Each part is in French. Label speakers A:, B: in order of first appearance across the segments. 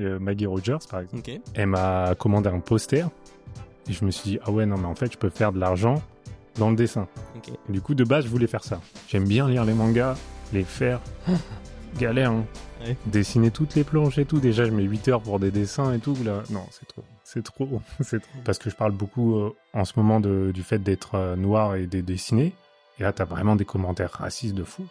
A: euh, Maggie Rogers, par exemple.
B: Ok.
A: Elle m'a commandé un poster. Et je me suis dit, ah ouais, non, mais en fait, je peux faire de l'argent dans le dessin.
B: Ok.
A: Et du coup, de base, je voulais faire ça. J'aime bien lire les mangas, les faire. Galère, hein.
B: Ouais.
A: Dessiner toutes les planches et tout. Déjà, je mets 8 heures pour des dessins et tout. Là. Non, c'est trop. C'est trop. c'est trop. Parce que je parle beaucoup euh, en ce moment de- du fait d'être euh, noir et de dessiner. Et là, t'as vraiment des commentaires racistes de fou.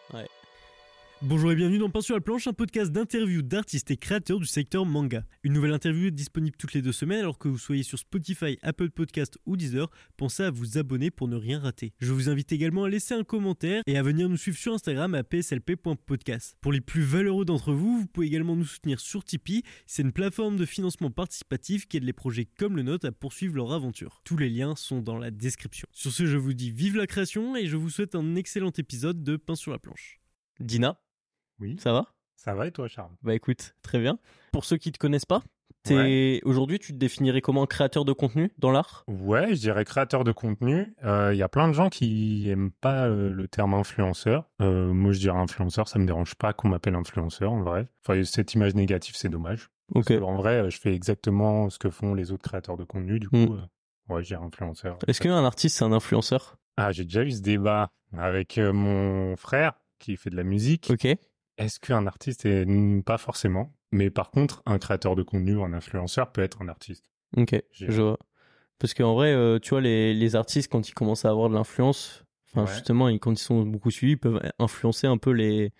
B: Bonjour et bienvenue dans Pain sur la planche, un podcast d'interviews d'artistes et créateurs du secteur manga. Une nouvelle interview est disponible toutes les deux semaines, alors que vous soyez sur Spotify, Apple Podcast ou Deezer, pensez à vous abonner pour ne rien rater. Je vous invite également à laisser un commentaire et à venir nous suivre sur Instagram à pslp.podcast. Pour les plus valeureux d'entre vous, vous pouvez également nous soutenir sur Tipeee, c'est une plateforme de financement participatif qui aide les projets comme le nôtre à poursuivre leur aventure. Tous les liens sont dans la description. Sur ce, je vous dis vive la création et je vous souhaite un excellent épisode de Pain sur la planche. Dina
A: Oui.
B: ça va
A: Ça va et toi, Charles
B: Bah écoute, très bien. Pour ceux qui te connaissent pas, t'es- aujourd'hui tu te définirais comment créateur de contenu dans l'art
A: Ouais, je dirais créateur de contenu. Euh, Il y a plein de gens qui aiment pas euh, le terme influenceur. Euh, moi, je dirais influenceur, ça me dérange pas qu'on m'appelle influenceur, en vrai. Enfin, cette image négative, c'est dommage.
B: Ok.
A: En vrai, euh, je fais exactement ce que font les autres créateurs de contenu, du coup.
B: Mm.
A: euh, ouais, je dirais influenceur.
B: Est-ce qu'un artiste c'est un influenceur
A: Ah, j'ai déjà eu ce débat avec euh, mon frère qui fait de la musique.
B: Ok.
A: Est-ce qu'un artiste est pas forcément, mais par contre, un créateur de contenu ou un influenceur peut être un artiste.
B: Ok,
A: J'ai-
B: je vois. Parce qu'en vrai, euh, tu vois, les, les artistes quand ils commencent à avoir de l'influence, enfin
A: Ouais.
B: justement, ils, quand ils sont beaucoup suivis, ils peuvent influencer un peu les,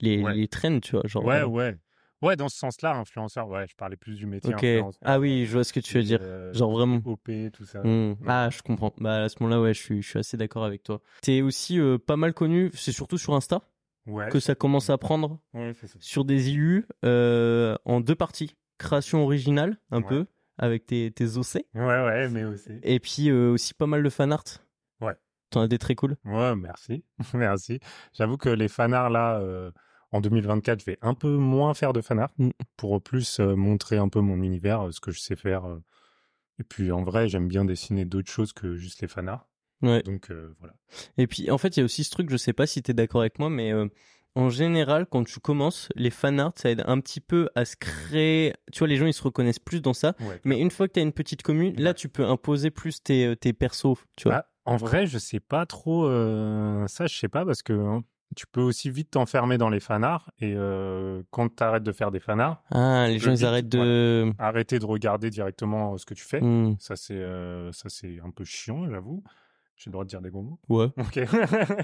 B: les,
A: Ouais.
B: les trends, tu vois. Genre,
A: Ouais,
B: euh,
A: ouais. Ouais, dans ce sens-là, influenceur, ouais, je parlais plus du métier
B: Ok.
A: influenceur.
B: Ah oui, je vois ce que tu veux dire.
A: Euh,
B: Genre vraiment.
A: OP, tout ça.
B: Hmm. Ah, je comprends. Bah à ce moment-là, ouais, je suis, je suis assez d'accord avec toi. T'es aussi euh, pas mal connu, c'est surtout sur Insta
A: Ouais.
B: que ça commence à prendre
A: Ouais, c'est ça.
B: sur des IU euh, en deux parties. Création originale, un
A: Ouais.
B: peu, avec tes, tes OC.
A: Ouais, ouais, mais aussi.
B: Et puis euh, aussi pas mal de fan art.
A: Ouais.
B: T'en as des très cool.
A: Ouais, merci. merci. J'avoue que les fanarts, là, euh, en 2024, je vais un peu moins faire de fanarts
B: Mm.
A: pour plus euh, montrer un peu mon univers, euh, ce que je sais faire. euh. Et puis, en vrai, j'aime bien dessiner d'autres choses que juste les fanarts.
B: Ouais.
A: Donc, euh, voilà.
B: Et puis en fait, il y a aussi ce truc, je sais pas si t'es d'accord avec moi, mais euh, en général, quand tu commences, les fan art, ça aide un petit peu à se créer. Tu vois, les gens, ils se reconnaissent plus dans ça.
A: Ouais.
B: Mais une fois que t'as une petite commune, là, tu peux imposer plus tes, euh, tes persos, tu vois.
A: Ah, en vrai, je sais pas trop. euh, ça, je sais pas parce que hein, tu peux aussi vite t'enfermer dans les fanarts. Et euh, quand t'arrêtes de faire des fanarts,
B: Ah, les
A: Le
B: gens,
A: but,
B: ils arrêtent de...
A: arrêter de regarder directement euh, ce que tu fais.
B: Hmm.
A: Ça, c'est euh, ça, c'est un peu chiant, j'avoue. J'ai le droit de dire des gros mots.
B: Ouais,
A: Ok.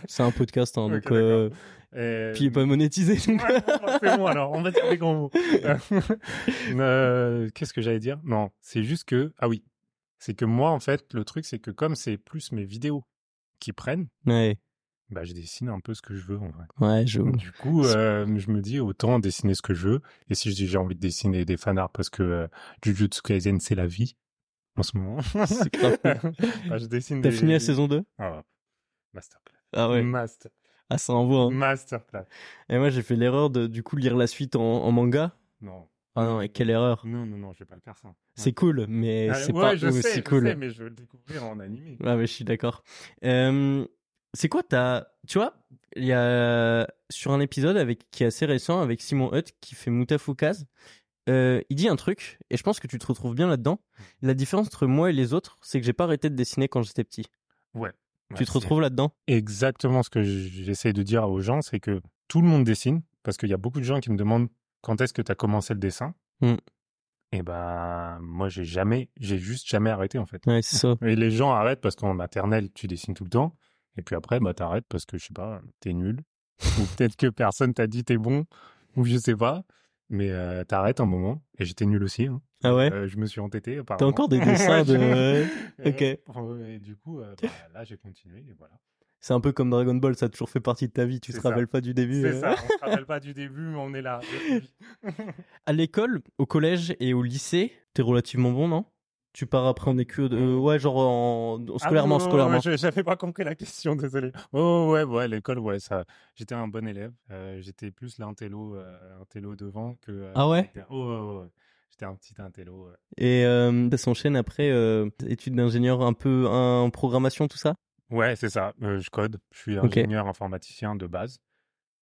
B: c'est un podcast, hein,
A: Ok,
B: donc...
A: d'accord.
B: euh,
A: Et-
B: Puis il est pas monétisé, donc...
A: Ouais, bon, bah, c'est bon alors, on va dire des gros mots. Euh, Qu'est-ce que j'allais dire Non, c'est juste que ah oui, c'est que moi en fait le truc c'est que comme c'est plus mes vidéos qui prennent,
B: Ouais,
A: bah je dessine un peu ce que je veux en vrai.
B: ouais, je...
A: Du coup, euh, je me dis autant dessiner ce que je veux. Et si je dis j'ai envie de dessiner des fanarts parce que euh, Jujutsu Kaisen c'est la vie en ce moment,
B: C'est grave.
A: Bah, je Hmm. dessine.
B: T'as
A: des-
B: fini la saison 2
A: Ah, masterclass.
B: Ah ouais,
A: Master,
B: ah ça envoie. hein.
A: masterclass.
B: Et moi j'ai fait l'erreur de du coup lire la suite en, en manga.
A: Non,
B: Ah non, mais quelle erreur.
A: non, non, non, je vais pas faire ça.
B: C'est cool, mais
A: Ah,
B: c'est
A: ouais,
B: pas
A: je
B: aussi
A: sais, je
B: cool.
A: sais, mais je vais le découvrir en animé.
B: Ouais, mais je suis d'accord. Euh, c'est quoi ta... Tu vois, il y a sur un épisode avec qui est assez récent avec Simon Hutt qui fait Mutafukaz. Euh, il dit un truc, et je pense que tu te retrouves bien là-dedans. La différence entre moi et les autres, c'est que j'ai pas arrêté de dessiner quand j'étais petit.
A: Ouais,
B: tu te
A: c'est
B: retrouves là-dedans
A: Exactement ce que j- j'essaie de dire aux gens, c'est que tout le monde dessine, parce qu'il y a beaucoup de gens qui me demandent quand est-ce que tu as commencé le dessin.
B: Mm.
A: Et ben, moi, j'ai jamais, j'ai juste jamais arrêté, en fait.
B: Ouais, c'est ça.
A: Et les gens arrêtent parce qu'en maternelle, tu dessines tout le temps. Et puis après, bah, t'arrêtes parce que, je sais pas, t'es nul. ou peut-être que personne t'a dit t'es bon. Ou je sais pas. Mais euh, t'arrêtes un moment. Et j'étais nul aussi. hein.
B: Ah ouais
A: Euh, je me suis entêté.
B: T'as
A: apparemment.
B: encore des dessins de...
A: Ouais,
B: ouais.
A: je-
B: Ok.
A: Euh, Et du coup, euh, bah, là, j'ai continué. Et voilà.
B: C'est un peu comme Dragon Ball, ça a toujours fait partie de ta vie, tu te
A: C'est ça.
B: rappelles pas du début.
A: C'est
B: euh.
A: ça. On se rappelle pas du début, mais on est là. depuis.
B: À l'école, au collège et au lycée, t'es relativement bon, non Tu pars après en écu, de- euh, ouais, genre en... en- scolairement,
A: Ah, non,
B: scolairement.
A: ouais, je- J'avais pas compris la question, désolé. Oh ouais, ouais, l'école, ouais, ça. J'étais un bon élève. Euh, j'étais plus l'intello, euh, intello devant que. euh,
B: Ah ouais
A: Oh, ouais, ouais, ouais. J'étais un petit intello. ouais.
B: Et euh, ça s'enchaîne après euh, études d'ingénieur un peu en programmation, tout ça
A: Ouais, c'est ça. Euh, je code. Je suis
B: Ok.
A: ingénieur informaticien de base.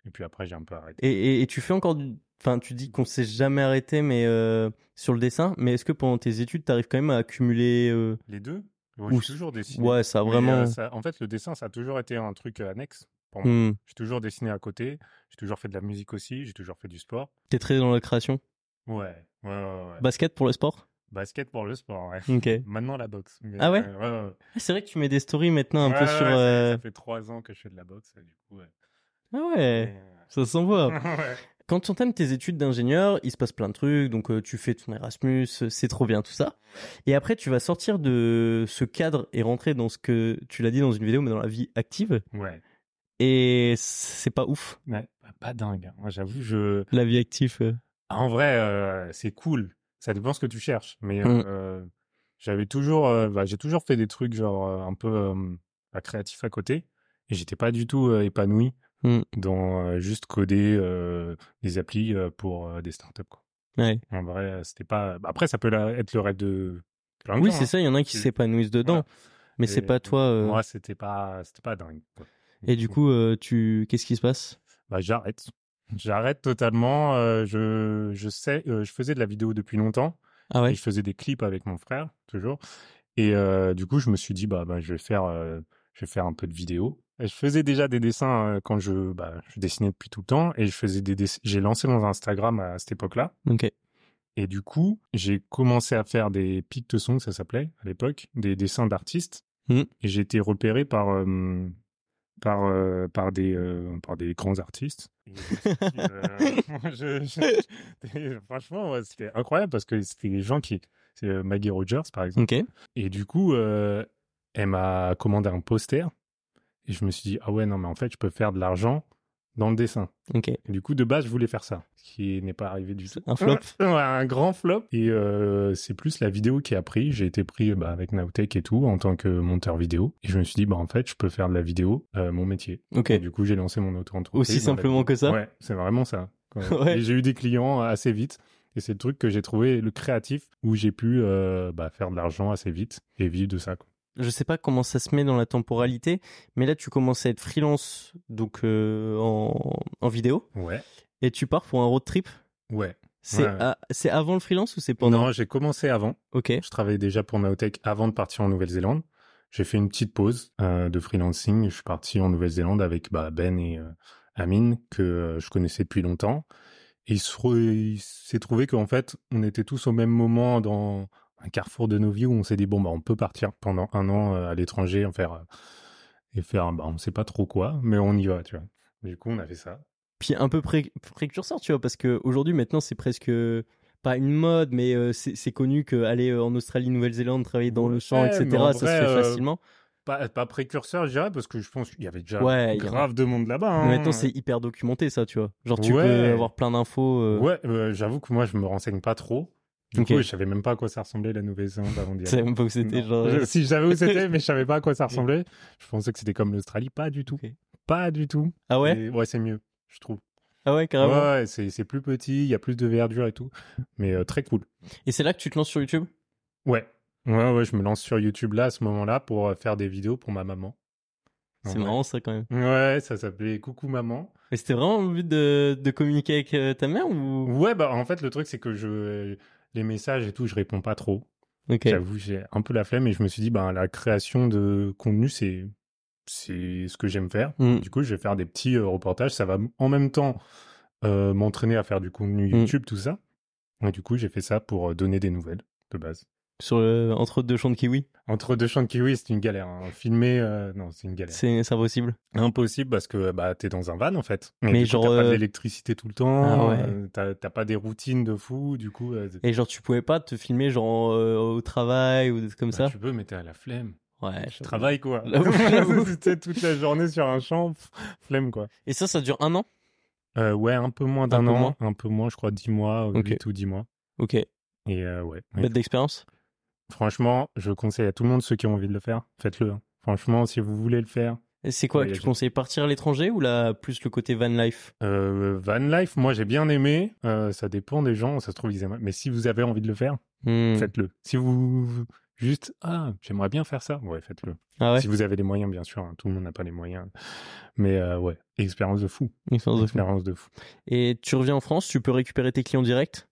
A: Et puis après, j'ai un peu arrêté.
B: et, et- et tu fais encore du... Enfin, tu dis qu'on s'est jamais arrêté mais euh, sur le dessin, mais est-ce que pendant tes études, tu arrives quand même à accumuler... euh,
A: Les deux Ouais,
B: Ou-
A: J'ai toujours dessiné.
B: Ouais, ça a
A: Mais,
B: vraiment...
A: euh, ça- en fait, le dessin, ça a toujours été un truc euh, annexe pour moi.
B: Hmm.
A: J'ai toujours dessiné à côté. J'ai toujours fait de la musique aussi. J'ai toujours fait du sport.
B: T'es très dans la création.
A: Ouais. Ouais, ouais, ouais.
B: Basket pour le sport
A: Basket pour le sport, ouais.
B: Ok.
A: Maintenant, la boxe. Mais,
B: Ah ouais
A: euh, ouais, ouais.
B: Ah, C'est vrai que tu mets des stories maintenant un
A: Ouais,
B: peu
A: ouais,
B: sur...
A: ouais, ça-
B: euh,
A: Ça fait trois ans que je fais de la boxe, du coup. Ouais.
B: Ah ouais,
A: Mais, euh,
B: ça s'envoie.
A: ouais.
B: Quand tu entames tes études d'ingénieur, il se passe plein de trucs, donc euh, tu fais ton Erasmus, euh, c'est trop bien tout ça. Et après, tu vas sortir de ce cadre et rentrer dans ce que tu l'as dit dans une vidéo, mais dans la vie active.
A: Ouais.
B: Et c'est pas ouf,
A: Ouais. Bah, Pas dingue. hein. Moi, j'avoue, je.
B: la vie active. euh.
A: Ah, En vrai, euh, c'est cool. Ça dépend ce que tu cherches. Mais
B: Mm.
A: euh, j'avais toujours, euh, bah, j'ai toujours fait des trucs genre euh, un peu euh, bah, créatifs à côté. Et j'étais pas du tout euh, épanoui
B: Mm.
A: dans euh, juste coder euh, des applis euh, pour euh, des startups. Quoi.
B: Ouais.
A: En vrai, euh, c'était pas. bah, Après, ça peut la- être le rêve de. plein de
B: Oui,
A: gens,
B: c'est
A: hein.
B: ça, il y en a qui
A: Tu-
B: s'épanouissent dedans,
A: Voilà.
B: mais c'est
A: Et
B: pas toi. euh.
A: Moi, c'était pas, c'était pas dingue. quoi.
B: Et du coup, euh, tu, qu'est-ce qui se passe
A: Bah, j'arrête. J'arrête totalement. euh, je, je sais, euh, je faisais de la vidéo depuis longtemps.
B: Ah
A: Et
B: ouais.
A: je faisais des clips avec mon frère, toujours. Et euh, du coup, je me suis dit, bah, bah, je, vais faire, euh, je vais faire un peu de vidéo. Et je faisais déjà des dessins euh, quand je, bah, je dessinais depuis tout le temps. Et je faisais des dess- j'ai lancé mon Instagram à cette époque-là.
B: Ok.
A: Et du coup, j'ai commencé à faire des pictosons, ça s'appelait à l'époque, des dessins d'artistes.
B: Mm.
A: Et j'ai été repéré par, euh, par, euh, par, des, euh, par des grands artistes. Et je me suis dit, euh, je- je- et franchement, ouais, c'était incroyable parce que c'était des gens qui. C'est euh, Maggie Rogers, par exemple.
B: Ok.
A: Et du coup, euh, elle m'a commandé un poster. Et je me suis dit, ah ouais, non, mais en fait, je peux faire de l'argent dans le dessin.
B: Ok.
A: Et du coup, de base, je voulais faire ça, ce qui n'est pas arrivé du tout.
B: Un flop.
A: Ouais, un grand flop. Et euh, c'est plus la vidéo qui a pris. J'ai été pris bah, avec Nowtech et tout en tant que monteur vidéo. Et je me suis dit, bah, en fait, je peux faire de la vidéo euh, mon métier.
B: Ok.
A: Et du coup, j'ai lancé mon auto-entreprise.
B: Aussi
A: dans la
B: simplement
A: vidéo.
B: que ça
A: Ouais, c'est vraiment ça. quoi.
B: Ouais.
A: Et j'ai eu des clients assez vite. Et c'est le truc que j'ai trouvé, le créatif, où j'ai pu euh, bah, faire de l'argent assez vite et vivre de ça. quoi.
B: je sais pas comment ça se met dans la temporalité, mais là tu commences à être freelance donc euh, en, en vidéo
A: Ouais.
B: et tu pars pour un road trip.
A: Ouais. Ouais,
B: C'est
A: ouais.
B: à- c'est avant le freelance ou c'est pendant
A: Non, j'ai commencé avant.
B: Ok,
A: Je travaillais déjà pour Naotech avant de partir en Nouvelle-Zélande. J'ai fait une petite pause euh, de freelancing. Je suis parti en Nouvelle-Zélande avec bah, Ben et euh, Amine, que euh, je connaissais depuis longtemps. Et il se re- il s'est trouvé qu'en fait, on était tous au même moment dans un carrefour de nos vies où on s'est dit, bon, bah, on peut partir pendant un an euh, à l'étranger en faire, euh, et faire, bah, on sait pas trop quoi, mais on y va, tu vois. Du coup, on a fait ça.
B: puis un peu pré- précurseur, tu vois, parce que aujourd'hui maintenant c'est presque euh, pas une mode, mais euh, c'est c'est connu qu'aller en Australie, Nouvelle-Zélande, travailler dans le champ,
A: Ouais,
B: etc.,
A: mais en
B: ça se
A: vrai,
B: fait
A: euh,
B: facilement.
A: Pas, pas précurseur, je dirais, parce que je pense qu'il y avait déjà
B: Ouais, il y en a.
A: grave de monde là-bas.
B: Mais
A: hein.
B: maintenant c'est hyper documenté ça, tu vois. Genre tu
A: Ouais.
B: peux avoir plein d'infos. euh,
A: Ouais, euh, j'avoue que moi, je me renseigne pas trop. Du
B: Ok.
A: coup, je savais même pas à quoi ça ressemblait la Nouvelle-Zélande avant d'y
B: Tu savais
A: aller.
B: même pas où c'était,
A: Non.
B: genre. euh,
A: Je- si je savais où c'était, mais je savais pas à quoi ça ressemblait. Je pensais que c'était comme l'Australie, pas du tout.
B: Ok.
A: Pas du tout.
B: Ah ouais,
A: Et- ouais, c'est mieux, je trouve.
B: ah ouais,
A: Ouais,
B: carrément.
A: ouais, c'est c'est plus petit, il y a plus de verdure et tout, mais euh, très cool.
B: Et c'est là que tu te lances sur YouTube.
A: Ouais. Ouais, ouais, je me lance sur YouTube là à ce moment-là pour euh, faire des vidéos pour ma maman. En
B: C'est
A: vrai.
B: marrant ça quand même.
A: Ouais, ça s'appelait Coucou maman.
B: Mais c'était vraiment le but de, de communiquer avec euh, ta mère ou
A: Ouais, bah en fait le truc c'est que je les messages et tout, je réponds pas trop.
B: Ok.
A: J'avoue, j'ai un peu la flemme et je me suis dit, ben, la création de contenu, c'est, c'est ce que j'aime faire.
B: Mm.
A: Du coup, je vais faire des petits euh, reportages. Ça va m- en même temps euh, m'entraîner à faire du contenu
B: Mm.
A: YouTube, tout ça. Et du coup, j'ai fait ça pour euh, donner des nouvelles de base.
B: Sur le entre deux champs de kiwi,
A: Entre deux champs de kiwi, c'est une galère. hein. Filmer, euh, non, c'est une galère.
B: c'est c'est impossible.
A: Impossible parce que bah, t'es dans un van en fait. Et
B: Mais
A: du coup,
B: genre,
A: T'as pas
B: euh,
A: d'électricité tout le temps.
B: Ah ouais.
A: euh, t'as- t'as pas des routines de fou. Du coup, euh,
B: Et genre tu pouvais pas te filmer genre euh, au travail ou des trucs comme
A: bah,
B: ça.
A: tu peux, mais t'as la flemme.
B: Ouais.
A: Tu
B: Ah, j'avoue.
A: travailles quoi.
B: J'avoue, j'avoue.
A: C'était toute la journée sur un champ, pff, flemme quoi.
B: Et ça, ça dure un an.
A: Euh, ouais, un peu moins d'un
B: peu
A: an,
B: moins.
A: un peu moins, je crois, 10 mois,
B: Ok. Bah
A: 8 ou 10 mois.
B: Ok.
A: Et euh, ouais. ouais.
B: Bête d'expérience.
A: Franchement, je conseille à tout le monde, ceux qui ont envie de le faire, faites-le. hein. Franchement, si vous voulez le faire,
B: Et C'est quoi Tu
A: Voyager.
B: conseilles partir à l'étranger ou là, plus le côté van life
A: Euh, van Life, moi j'ai bien aimé. Euh, ça dépend des gens, ça se trouve, ils aiment. Mais si vous avez envie de le faire,
B: Hmm.
A: faites-le. Si vous. Juste, ah, j'aimerais bien faire ça. Ouais, faites-le.
B: Ah ouais
A: Si vous avez les moyens, bien sûr. hein, Tout le monde n'a pas les moyens. Mais euh, ouais, expérience de fou.
B: Expérience de fou.
A: Expérience de fou.
B: Et tu reviens en France, tu peux récupérer tes clients directs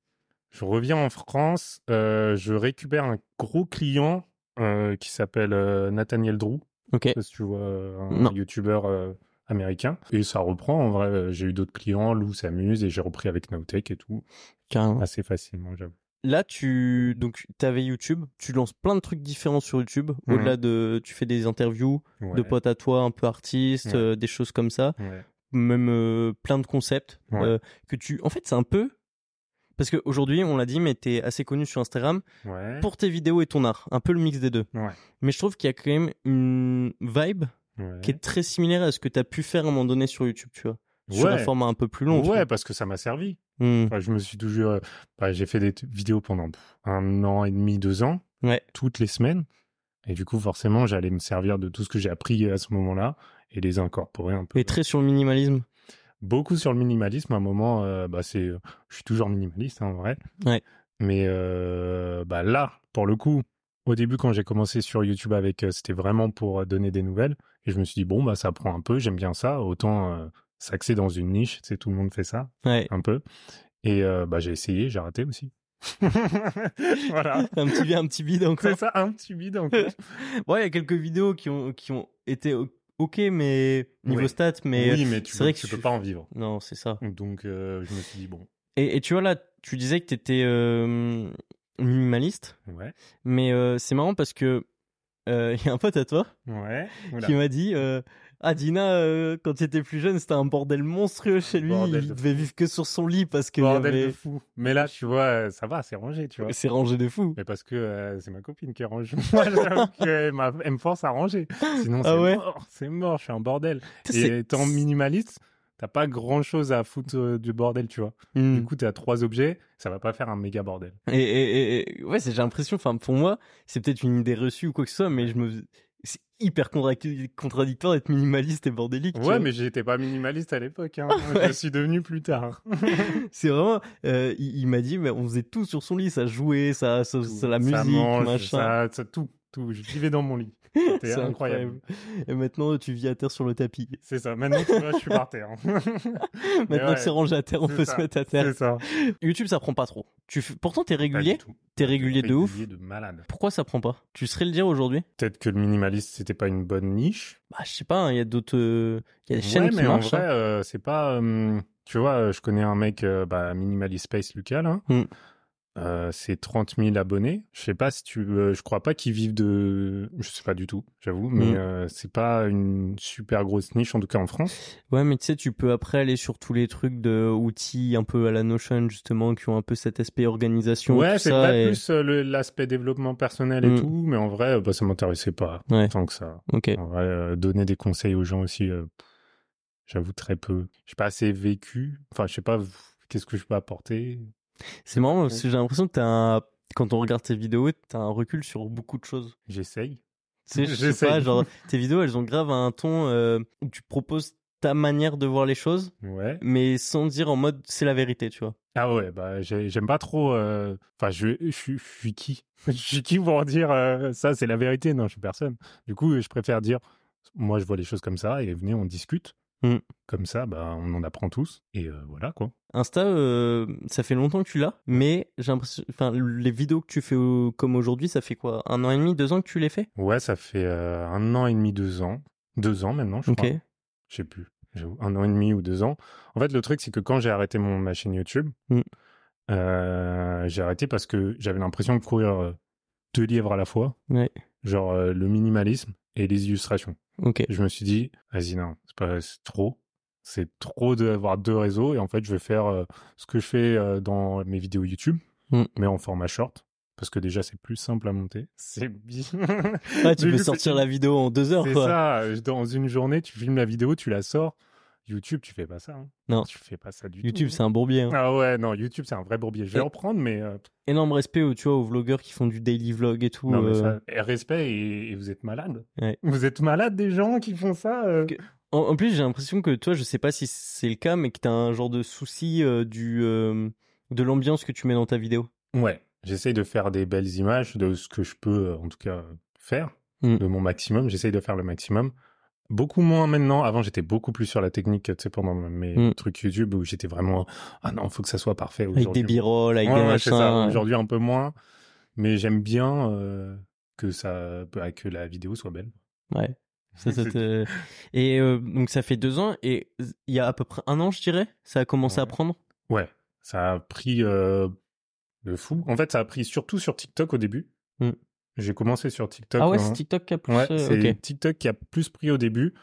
A: Je reviens en France. euh, je récupère un gros client euh, qui s'appelle euh, Nathaniel Drew.
B: Ok.
A: Je sais pas si tu vois euh, un
B: Non.
A: youtubeur euh, américain. Et ça reprend. En vrai, euh, j'ai eu d'autres clients. Lou s'amuse et j'ai repris avec Nowtech et tout.
B: Carrément.
A: Assez facilement, j'avoue.
B: Là, tu donc t'avais YouTube, tu lances plein de trucs différents sur YouTube.
A: Mhm.
B: Au-delà de, tu fais des interviews
A: Ouais.
B: de potes à toi, un peu artistes,
A: Ouais.
B: euh, des choses comme ça,
A: Ouais.
B: même euh, plein de concepts
A: Ouais.
B: euh, que tu. En fait, c'est un peu parce qu'aujourd'hui, on l'a dit, mais t'es assez connu sur Instagram
A: Ouais.
B: pour tes vidéos et ton art, un peu le mix des deux.
A: Ouais.
B: Mais je trouve qu'il y a quand même une vibe
A: Ouais.
B: qui est très similaire à ce que t'as pu faire à un moment donné sur YouTube, tu vois, sur un
A: Ouais.
B: format un peu plus long. tu
A: Ouais, parce que ça m'a servi.
B: vois. Mhm.
A: Enfin, je me suis toujours. euh, bah, j'ai fait des t- vidéos pendant pff, un an et demi, deux ans,
B: Ouais.
A: toutes les semaines. Et du coup, forcément, j'allais me servir de tout ce que j'ai appris euh, à ce moment-là et les incorporer un peu.
B: Et très sur le minimalisme.
A: Beaucoup sur le minimalisme. À un moment, euh, bah, c'est, je suis toujours minimaliste hein, en vrai.
B: Ouais.
A: Mais euh, bah, là, pour le coup, au début, quand j'ai commencé sur YouTube avec, euh, c'était vraiment pour euh, donner des nouvelles. Et je me suis dit, bon, bah, ça prend un peu, j'aime bien ça. Autant euh, s'axer dans une niche, tu sais, tout le monde fait ça
B: Ouais.
A: un peu. Et euh, bah, j'ai essayé, j'ai raté aussi. voilà.
B: un petit un petit bide encore.
A: C'est ça, un petit bide encore.
B: Ouais, il y a quelques vidéos qui ont qui ont été o- ok, mais niveau
A: Ouais.
B: stats, mais
A: oui, mais tu,
B: euh, c'est vrai que
A: tu
B: tu-
A: peux pas en vivre.
B: non, c'est ça.
A: Donc, euh, je me suis dit, bon,
B: Et, et tu vois là, tu disais que t'étais euh, minimaliste,
A: ouais,
B: mais euh, c'est marrant parce que euh, il y a un pote à toi
A: ouais. voilà.
B: qui m'a dit. euh, ah Dina, euh, quand il était plus jeune, c'était un bordel monstrueux chez lui.
A: Bordel
B: il
A: de
B: devait vivre que sur son lit parce que
A: Bordel
B: il y avait-
A: de fou. Mais là, tu vois, euh, ça va, c'est rangé, tu vois.
B: c'est rangé de fou.
A: Mais parce que euh, c'est ma copine qui range. Moi, j'avoue qu'elle m'a- elle me force à ranger. Sinon, c'est
B: Ah ouais
A: mort, c'est mort, je suis un bordel. Et
B: C'est-
A: étant minimaliste, t'as pas grand chose à foutre euh, du bordel, tu vois.
B: Hmm.
A: Du coup, t'as trois objets, ça va pas faire un méga bordel.
B: Et, et- et- et- ouais, c'est- j'ai l'impression, enfin pour moi, c'est peut-être une idée reçue ou quoi que ce soit, mais je me c'est hyper contra- contradictoire d'être minimaliste et bordélique. tu vois.
A: Ouais, mais j'étais pas minimaliste à l'époque. Hein. Je
B: ouais.
A: suis devenu plus tard.
B: c'est vraiment. euh, il il m'a dit, mais on faisait tout sur son lit, ça jouait, ça, ça, ça- la musique,
A: ça mange,
B: machin.
A: Ça, ça- tout, tout. Je vivais dans mon lit. C'était
B: C'est
A: incroyable.
B: Et maintenant, tu vis à terre sur le tapis.
A: C'est ça. Maintenant, tu vois, je suis par terre. Mais
B: Maintenant
A: ouais,
B: que c'est rangé à terre, on
A: c'est
B: peut
A: ça,
B: se mettre à
A: C'est
B: terre.
A: ça.
B: YouTube, ça prend pas trop. Tu f- pourtant t'es
A: Pas du
B: régulier,
A: tout.
B: t'es régulier de ouf.
A: Régulier de malade.
B: Pourquoi ça prend pas Tu serais le dire aujourd'hui
A: Peut-être que le minimaliste, c'était pas une bonne niche.
B: Bah, je sais pas. hein, Il y a d'autres, euh, il y a des
A: Ouais,
B: chaînes
A: mais
B: qui
A: en
B: marchent.
A: vrai,
B: hein.
A: euh, c'est pas. euh, tu vois, euh, je connais un mec, euh, bah, Minimalist Space Lucas, là.
B: Mm.
A: Euh, c'est 30 000 abonnés. Je sais pas si tu. euh, je crois pas qu'ils vivent de. Je sais pas du tout, j'avoue, mais
B: Mm.
A: euh, c'est pas une super grosse niche, en tout cas en France.
B: Ouais, mais tu sais, tu peux après aller sur tous les trucs de outils un peu à la Notion, justement, qui ont un peu cet aspect organisation.
A: ouais,
B: tout
A: c'est
B: ça,
A: pas
B: et-
A: plus euh, le- l'aspect développement personnel et
B: Mm.
A: tout, mais en vrai, euh, bah, ça m'intéressait pas
B: Ouais.
A: tant que ça.
B: Ok.
A: En vrai, euh, donner des conseils aux gens aussi, euh, j'avoue très peu. J'ai pas assez vécu. Enfin, je sais pas, qu'est-ce que je peux apporter
B: C'est marrant parce que j'ai l'impression que t'as un... quand on regarde tes vidéos, t'as un recul sur beaucoup de choses.
A: J'essaye.
B: Tu sais, je sais
A: J'essaye.
B: pas, genre, tes vidéos, elles ont grave un ton euh, où tu proposes ta manière de voir les choses,
A: Ouais.
B: mais sans dire en mode c'est la vérité, tu vois.
A: Ah ouais, bah j'ai- j'aime pas trop. euh, Enfin, je, je, suis- je suis qui Je suis qui pour dire euh, ça, c'est la vérité Non, je suis personne. Du coup, je préfère dire, moi, je vois les choses comme ça et venez, on discute.
B: Mm.
A: Comme ça, bah, on en apprend tous. Et euh, voilà, quoi.
B: Insta, euh, ça fait longtemps que tu l'as, mais j'ai l'impression, enfin, les vidéos que tu fais au- comme aujourd'hui, ça fait quoi Un an et demi, deux ans que tu les fais
A: Ouais, ça fait euh, un an et demi, deux ans. Deux ans maintenant, je
B: Ok.
A: crois. Je sais plus. J'avoue, Un an et demi ou deux ans. En fait, le truc, c'est que quand j'ai arrêté mon, ma chaîne YouTube,
B: Mm.
A: euh, j'ai arrêté parce que j'avais l'impression de courir euh, deux livres à la fois.
B: Ouais.
A: Genre euh, le minimalisme et les illustrations.
B: Ok.
A: Et je me suis dit, vas-y, non, c'est pas c'est trop. C'est trop d'avoir deux réseaux. Et en fait, je vais faire euh, ce que je fais euh, dans mes vidéos YouTube,
B: Mm.
A: mais en format short. Parce que déjà, c'est plus simple à monter. C'est bien.
B: Ah, tu
A: Du
B: peux
A: coup,
B: sortir la vidéo en deux heures,
A: C'est euh,
B: quoi.
A: ça, dans une journée, tu filmes la vidéo, tu la sors, YouTube, tu fais pas ça. hein.
B: Non.
A: Tu fais pas ça du
B: YouTube,
A: tout.
B: c'est un bourbier. hein.
A: Ah ouais, non, YouTube, c'est un vrai bourbier. Je vais
B: Et-
A: en prendre, mais. euh,
B: Énorme respect aux, tu vois, aux vlogueurs qui font du daily vlog et tout.
A: non, mais
B: euh,
A: ça- eh, respect, et, et vous êtes malade.
B: Ouais.
A: Vous êtes malade des gens qui font ça. euh.
B: Que- En, en plus, j'ai l'impression que toi, je sais pas si c'est le cas, mais que t'as un genre de souci euh, du euh, de l'ambiance que tu mets dans ta vidéo.
A: Ouais. J'essaye de faire des belles images de ce que je peux, euh, en tout cas, euh, faire,
B: Mm.
A: de mon maximum. J'essaye de faire le maximum. Beaucoup moins maintenant. Avant, j'étais beaucoup plus sur la technique, tu sais, pendant mes
B: Mm.
A: trucs YouTube où j'étais vraiment, ah non, faut que ça soit parfait.
B: Avec des
A: aujourd'hui.
B: birolles, avec
A: Ouais,
B: des
A: ouais, c'est
B: machins.
A: ça. Aujourd'hui, un peu moins. Mais j'aime bien euh, que, ça, bah, que la vidéo soit belle.
B: Ouais. Ça, ça te- Et euh, donc ça fait deux ans et il y a à peu près un an, je dirais, ça a commencé à
A: Ouais.
B: prendre.
A: Ouais, ça a pris euh, le fou. En fait, ça a pris surtout sur TikTok au début.
B: Hmm.
A: J'ai commencé sur TikTok.
B: ah ouais,
A: hein.
B: c'est TikTok qui a plus.
A: Ouais,
B: euh,
A: c'est
B: ok.
A: TikTok qui a plus pris au début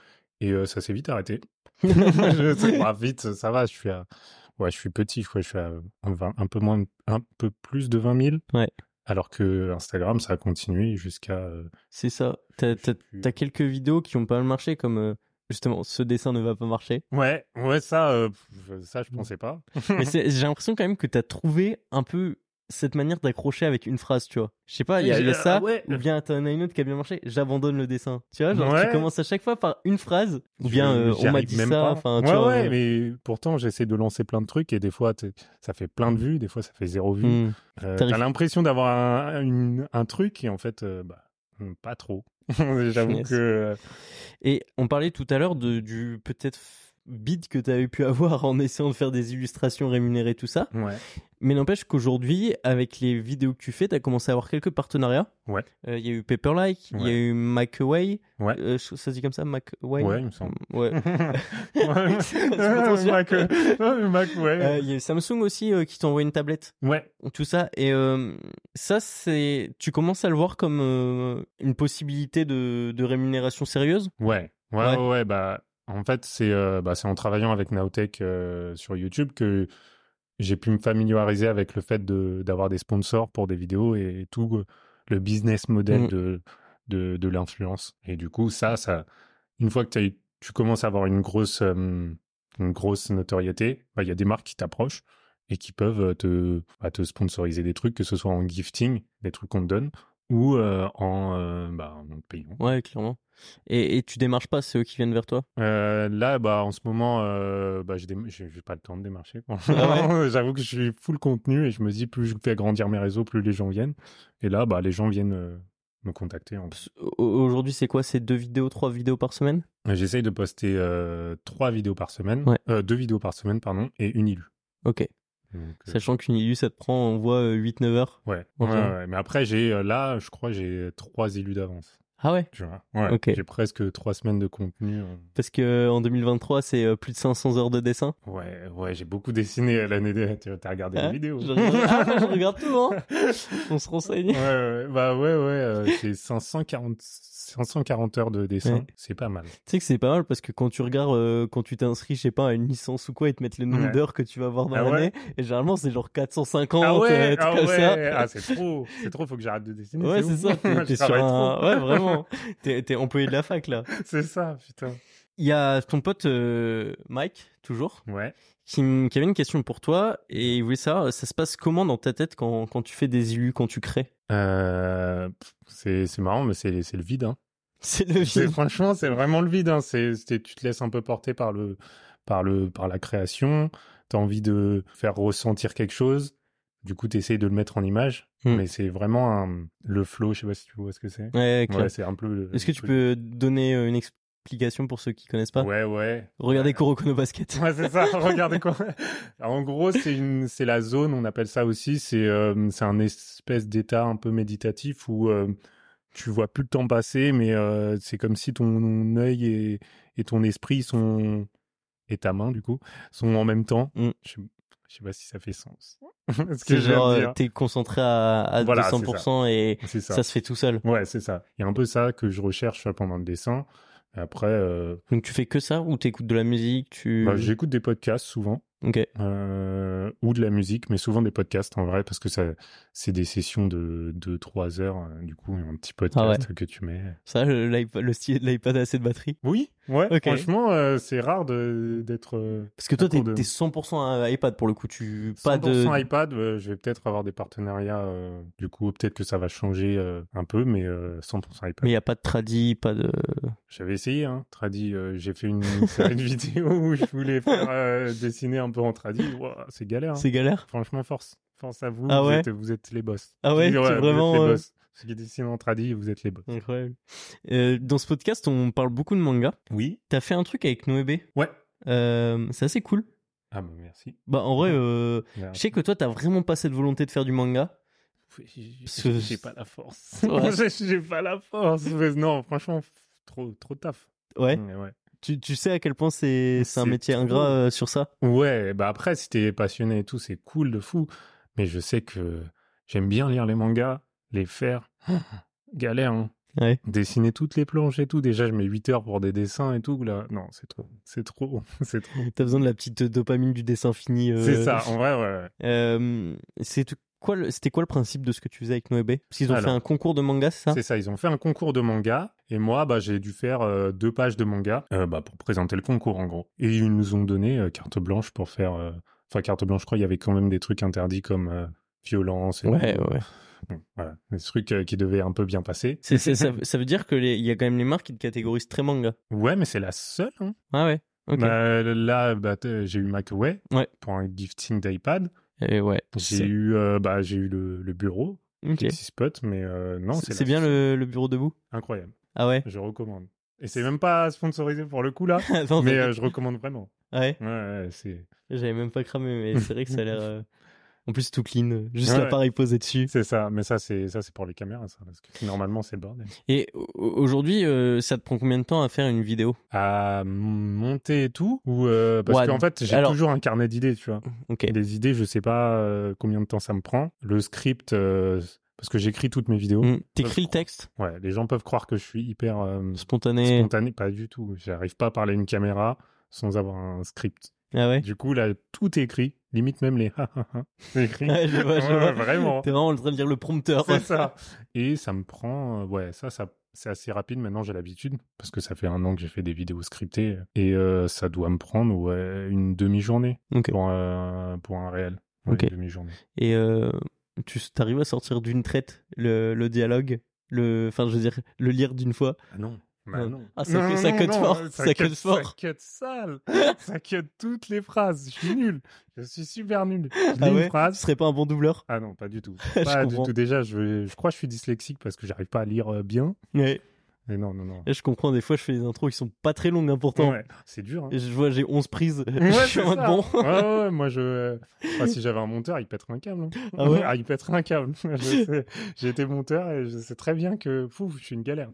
A: et euh, ça s'est vite arrêté. je sais pas, vite, ça va, je suis à... Ouais, je suis petit, je crois, je suis à un, vingt- un peu moins, un peu plus de 20 000.
B: Ouais.
A: Alors que Instagram, ça a continué jusqu'à... euh,
B: C'est ça. T'as,
A: je sais
B: t'as-
A: plus.
B: t'as quelques vidéos qui ont pas mal marché, comme euh, justement ce dessin ne va pas marcher.
A: Ouais, ouais, ça, euh, pff, ça, je pensais pas.
B: Mais c'est- j'ai l'impression quand même que t'as trouvé un peu cette manière d'accrocher avec une phrase, tu vois. Je sais pas, Ah, il y a, il y a
A: Euh,
B: ça,
A: ouais.
B: ou bien t'en as une autre qui a bien marché, j'abandonne le dessin. Tu vois, genre tu
A: Ouais.
B: commences à chaque fois par une phrase, ou bien
A: Je-
B: euh,
A: j'y
B: on m'a
A: arrive
B: dit
A: même
B: ça,
A: pas.
B: enfin tu
A: ouais,
B: vois.
A: ouais,
B: euh,
A: mais pourtant j'essaie de lancer plein de trucs et des fois t'es- ça fait plein de vues, des fois ça fait zéro vue.
B: hmm.
A: Euh,
B: t'arrives-
A: T'as l'impression d'avoir un, une- un truc et en fait, euh, bah, hum, pas trop. J'avoue
B: Yes.
A: que euh,
B: Et on parlait tout à l'heure de, du peut-être f- bid que tu avais pu avoir en essayant de faire des illustrations rémunérées, tout ça.
A: ouais.
B: Mais n'empêche qu'aujourd'hui, avec les vidéos que tu fais, tu as commencé à avoir quelques partenariats.
A: Ouais.
B: Euh, Il y a eu Paperlike, il y a
A: Ouais.
B: eu McAway.
A: Ouais.
B: Euh, je- ça se dit comme ça, McAway
A: Ouais, il me semble.
B: Ouais.
A: Ouais.
B: C'est pas trop sûr.
A: Mac, euh, Mac, ouais.
B: Euh, Il y a eu Samsung aussi euh, qui t'envoie une tablette.
A: ouais.
B: Tout ça. Et euh, ça, c'est. Tu commences à le voir comme euh, une possibilité de, de rémunération sérieuse
A: Ouais, ouais,
B: Ouais.
A: ouais, ouais, bah, en fait, c'est euh, bah, c'est en travaillant avec Nowtech euh, sur YouTube que j'ai pu me familiariser avec le fait de d'avoir des sponsors pour des vidéos et, tout euh, le business model
B: Mm.
A: de, de, de l'influence. Et du coup, ça, ça, une fois que t'as eu- tu commences à avoir une grosse, euh, une grosse notoriété, bah, il y a des marques qui t'approchent et qui peuvent euh, te, bah, te sponsoriser des trucs, que ce soit en gifting, des trucs qu'on te donne, ou euh, en, euh, bah, en payant.
B: Ouais, clairement. Et, et tu démarches pas, c'est eux qui viennent vers toi
A: Euh, là, bah, en ce moment, euh, bah, j'ai des- j'ai j'ai pas le temps de démarcher. quoi.
B: Ah
A: J'avoue que je suis full contenu et je me dis, plus je fais grandir mes réseaux, plus les gens viennent. Et là, bah, les gens viennent euh, me contacter. en fait.
B: Au- Aujourd'hui, c'est quoi C'est deux vidéos, trois vidéos par semaine
A: J'essaye de poster euh, trois vidéos par semaine,
B: Ouais.
A: Euh, deux vidéos par semaine, pardon, et une ilu.
B: Ok.
A: Donc, euh,
B: Sachant qu'une illu, ça te prend, on voit, euh, 8-9 heures.
A: ouais.
B: Ok.
A: Ouais, ouais. Mais après, j'ai euh, là, je crois, j'ai trois élus d'avance.
B: Ah ouais
A: Tu vois. Ouais.
B: Ok.
A: J'ai presque trois semaines de contenu. euh.
B: Parce que euh, en 2023, c'est euh, plus de 500 heures de dessin.
A: Ouais, ouais, j'ai beaucoup dessiné euh, l'année dernière. Tu as regardé
B: Hein
A: les vidéos.
B: Je regarde, ah, bah, je regarde tout, hein On se renseigne.
A: Ouais, ouais, bah ouais, ouais, euh, j'ai 540, 540 heures de dessin,
B: Ouais.
A: c'est pas mal.
B: Tu sais que c'est pas mal parce que quand tu regardes, euh, quand tu t'inscris, je sais pas, à une licence ou quoi, ils te mettent le nombre
A: Ouais.
B: d'heures que tu vas avoir dans
A: Ah ouais
B: l'année. Et généralement, c'est genre 450,
A: ah
B: euh,
A: ouais,
B: tout
A: ah
B: comme ça.
A: ouais, ah c'est trop, c'est trop, faut que j'arrête de dessiner.
B: Ouais, c'est
A: ouf.
B: ça. T'es
A: Je
B: t'es sur
A: travaille
B: un...
A: trop.
B: Ouais, vraiment. T'es t'es employé de la fac, là.
A: C'est ça, putain.
B: Il y a ton pote euh, Mike, toujours,
A: Ouais.
B: qui, m- qui avait une question pour toi et il voulait savoir, euh, ça se passe comment dans ta tête quand, quand tu fais des élus, quand tu crées
A: Euh, pff, c'est c'est marrant, mais c'est c'est le vide. Hein.
B: C'est le
A: C'est-
B: vide.
A: Franchement, c'est vraiment le vide. Hein. C'est c'est- tu te laisses un peu porter par le par le par la création. T'as envie de faire ressentir quelque chose. Du coup, t'essayes de le mettre en image,
B: Hmm.
A: mais c'est vraiment un- le flow. Je sais pas si tu vois ce que c'est.
B: Ouais, clair.
A: Ouais, c'est un peu. le-
B: Est-ce que
A: le
B: tu
A: truc.
B: peux donner euh, une explication pour ceux qui connaissent pas
A: Ouais, ouais.
B: Regardez Kuroko no Basket.
A: Ouais, c'est ça. Regardez quoi. En gros, c'est une, c'est la zone. On appelle ça aussi. C'est, euh, c'est un espèce d'état un peu méditatif où euh, tu vois plus le temps passer, mais euh, c'est comme si ton œil et, et ton esprit sont et ta main du coup sont en même temps.
B: Mm.
A: Je, sais- je sais pas si ça fait sens. Ce que
B: C'est
A: je viens de
B: genre, euh,
A: dire.
B: t'es concentré à, à
A: Voilà, c'est
B: 200% et
A: C'est ça.
B: ça. se fait tout seul.
A: Ouais, c'est ça. Il y a un peu ça que je recherche euh, pendant le dessin. Après, euh,
B: Donc tu fais que ça ou t'écoutes de la musique tu...
A: bah, j'écoute des podcasts souvent.
B: Ok.
A: euh, ou de la musique, mais souvent des podcasts en vrai, parce que ça, c'est des sessions de
B: Ah
A: 2-3 heures, euh, du coup, un petit podcast que tu mets.
B: Ça, le, l'iP- le stylet de l'iPad a assez de batterie.
A: Oui, Ouais,
B: Ok.
A: franchement, euh, c'est rare de- d'être. euh,
B: Parce que toi,
A: D'accord,
B: t'es
A: de-
B: t'es 100% à iPad pour le coup. Tu pas de.
A: 100% iPad, euh, je vais peut-être avoir des partenariats. euh, du coup, peut-être que ça va changer euh, un peu, mais euh, 100% iPad.
B: Mais il y a pas de tradi, pas de.
A: J'avais essayé, hein, tradi. euh, j'ai fait une série de vidéos où je voulais faire euh, dessiner un peu en tradi. Ouah, c'est galère. hein.
B: C'est galère.
A: Franchement, force. Force à vous.
B: Ah
A: vous,
B: ouais
A: êtes, vous êtes les boss.
B: Ah ouais,
A: Oui,
B: t'es vraiment,
A: Vous êtes
B: euh,
A: les boss. Ceux qui dessinent en tradi, vous êtes les boss.
B: Incroyable. Euh, dans ce podcast, on parle beaucoup de manga.
A: Oui.
B: T'as fait un truc avec Noébé.
A: Ouais.
B: Euh, c'est assez cool.
A: Ah bah merci.
B: Bah en vrai, euh,
A: Merci.
B: je sais que toi, t'as vraiment pas cette volonté de faire du manga. Parce que-
A: J'ai j'ai pas la force.
B: Ouais.
A: J'ai- J'ai pas la force. Mais Non, franchement, f- trop, trop de taf.
B: Ouais.
A: Mais ouais.
B: Tu, tu sais à quel point c'est c'est un
A: C'est
B: métier
A: trop.
B: ingrat euh, sur ça.
A: Ouais, bah après, si t'es passionné et tout, c'est cool de fou. Mais je sais que j'aime bien lire les mangas, les faire. Galère, hein.
B: Ouais.
A: Dessiner toutes les planches et tout. Déjà, je mets 8 heures pour des dessins et tout. Là, non, c'est trop. C'est trop. C'est trop.
B: T'as besoin de la petite dopamine du dessin fini. euh,
A: C'est ça, en vrai, ouais. ouais.
B: Euh, c'est quoi le- C'était quoi le principe de ce que tu faisais avec Noébé Parce qu'ils ont
A: Alors.
B: fait un concours de manga, c'est ça
A: C'est ça, ils ont fait un concours de manga. Et moi, bah, j'ai dû faire euh, deux pages de manga euh, bah, pour présenter le concours, en gros. Et ils nous ont donné euh, carte blanche pour faire. euh, Enfin, carte blanche, je crois, il y avait quand même des trucs interdits comme euh, violence. Et
B: Ouais, ouais.
A: Bon, voilà. Des trucs euh, qui devaient un peu bien passer.
B: C'est- c'est- ça, ça veut dire que les- il y a quand même les marques qui te catégorisent très manga.
A: Ouais, mais c'est la seule. hein.
B: Ah ouais. Ok.
A: Bah, là, bah, t'es- j'ai eu McAway
B: Ouais.
A: pour un gifting d'iPad.
B: Et Eh ouais.
A: J'ai
B: C'est-
A: eu, euh, bah, j'ai eu le, le bureau,
B: ok.
A: petit spot, mais euh, non,
B: C'est
A: la
B: c'est bien
A: seule.
B: le, le bureau debout.
A: Incroyable,
B: Ah ouais.
A: je recommande. Et c'est même pas sponsorisé pour le coup là,
B: Attends,
A: mais
B: t'as-
A: euh, je recommande vraiment.
B: Ouais.
A: Ouais, ouais, c'est
B: J'avais même pas cramé, mais c'est vrai que ça a l'air. euh, En plus, tout clean. euh, Juste
A: Ouais, ouais.
B: l'appareil posé dessus.
A: c'est ça, mais ça c'est ça c'est pour les caméras ça, parce que normalement c'est le bordel.
B: Et au- aujourd'hui, euh, ça te prend combien de temps à faire une vidéo
A: À monter et tout ou euh, parce
B: Ouais,
A: qu'en fait j'ai
B: alors-
A: toujours un carnet d'idées, tu vois.
B: Ok.
A: Les idées, je sais pas euh, combien de temps ça me prend. Le script, euh, parce que j'écris toutes mes vidéos.
B: Mm. T'écris le texte
A: Ouais, les gens peuvent croire que je suis hyper euh,
B: spontané.
A: spontané, pas du tout. J'arrive pas à parler à une caméra sans avoir un script.
B: Ah ouais.
A: Du coup, là, tout est écrit, limite même les ha ha ha. C'est écrit.
B: Ouais, je vois, je
A: Ouais,
B: vois.
A: vraiment.
B: T'es vraiment en train de lire le prompteur.
A: C'est ça. Et ça me prend, euh, ouais, ça, ça c'est assez rapide. Maintenant, j'ai l'habitude parce que ça fait un an que j'ai fait des vidéos scriptées et euh, ça doit me prendre ouais, une demi-journée
B: Ok.
A: pour, euh, pour un réel. Ouais,
B: Ok.
A: Une demi-journée.
B: Et euh, tu arrives à sortir d'une traite le, le dialogue, le, enfin je veux dire le lire d'une fois.
A: Ah non.
B: Bah non. Ah, ça cut- ça cut fort, ça cut fort.
A: Ça cut sale. ça cut toutes les phrases. Je suis nul. Je suis super nul. Je lis
B: Ah ouais
A: une
B: Tu
A: phrase.
B: serais pas un bon doubleur
A: Ah non, pas du tout.
B: Je
A: Pas du
B: comprends.
A: tout. Déjà, je, je crois que je suis dyslexique parce que j'arrive pas à lire euh, bien.
B: Ouais.
A: Mais non, non, non.
B: Là, je comprends. Des fois, je fais des intros qui sont pas très longues hein, pourtant.
A: Ouais, c'est dur. Hein.
B: Et je vois, j'ai 11 prises.
A: Ouais,
B: je suis
A: c'est
B: en mode
A: ça.
B: bon.
A: ouais, ouais, ouais, moi je. euh, enfin, si j'avais un monteur, il pèterait un câble. hein.
B: Ah ouais
A: ah, il pèterait un câble. Je sais. J'ai été monteur et je sais très bien que pouf, je suis une galère.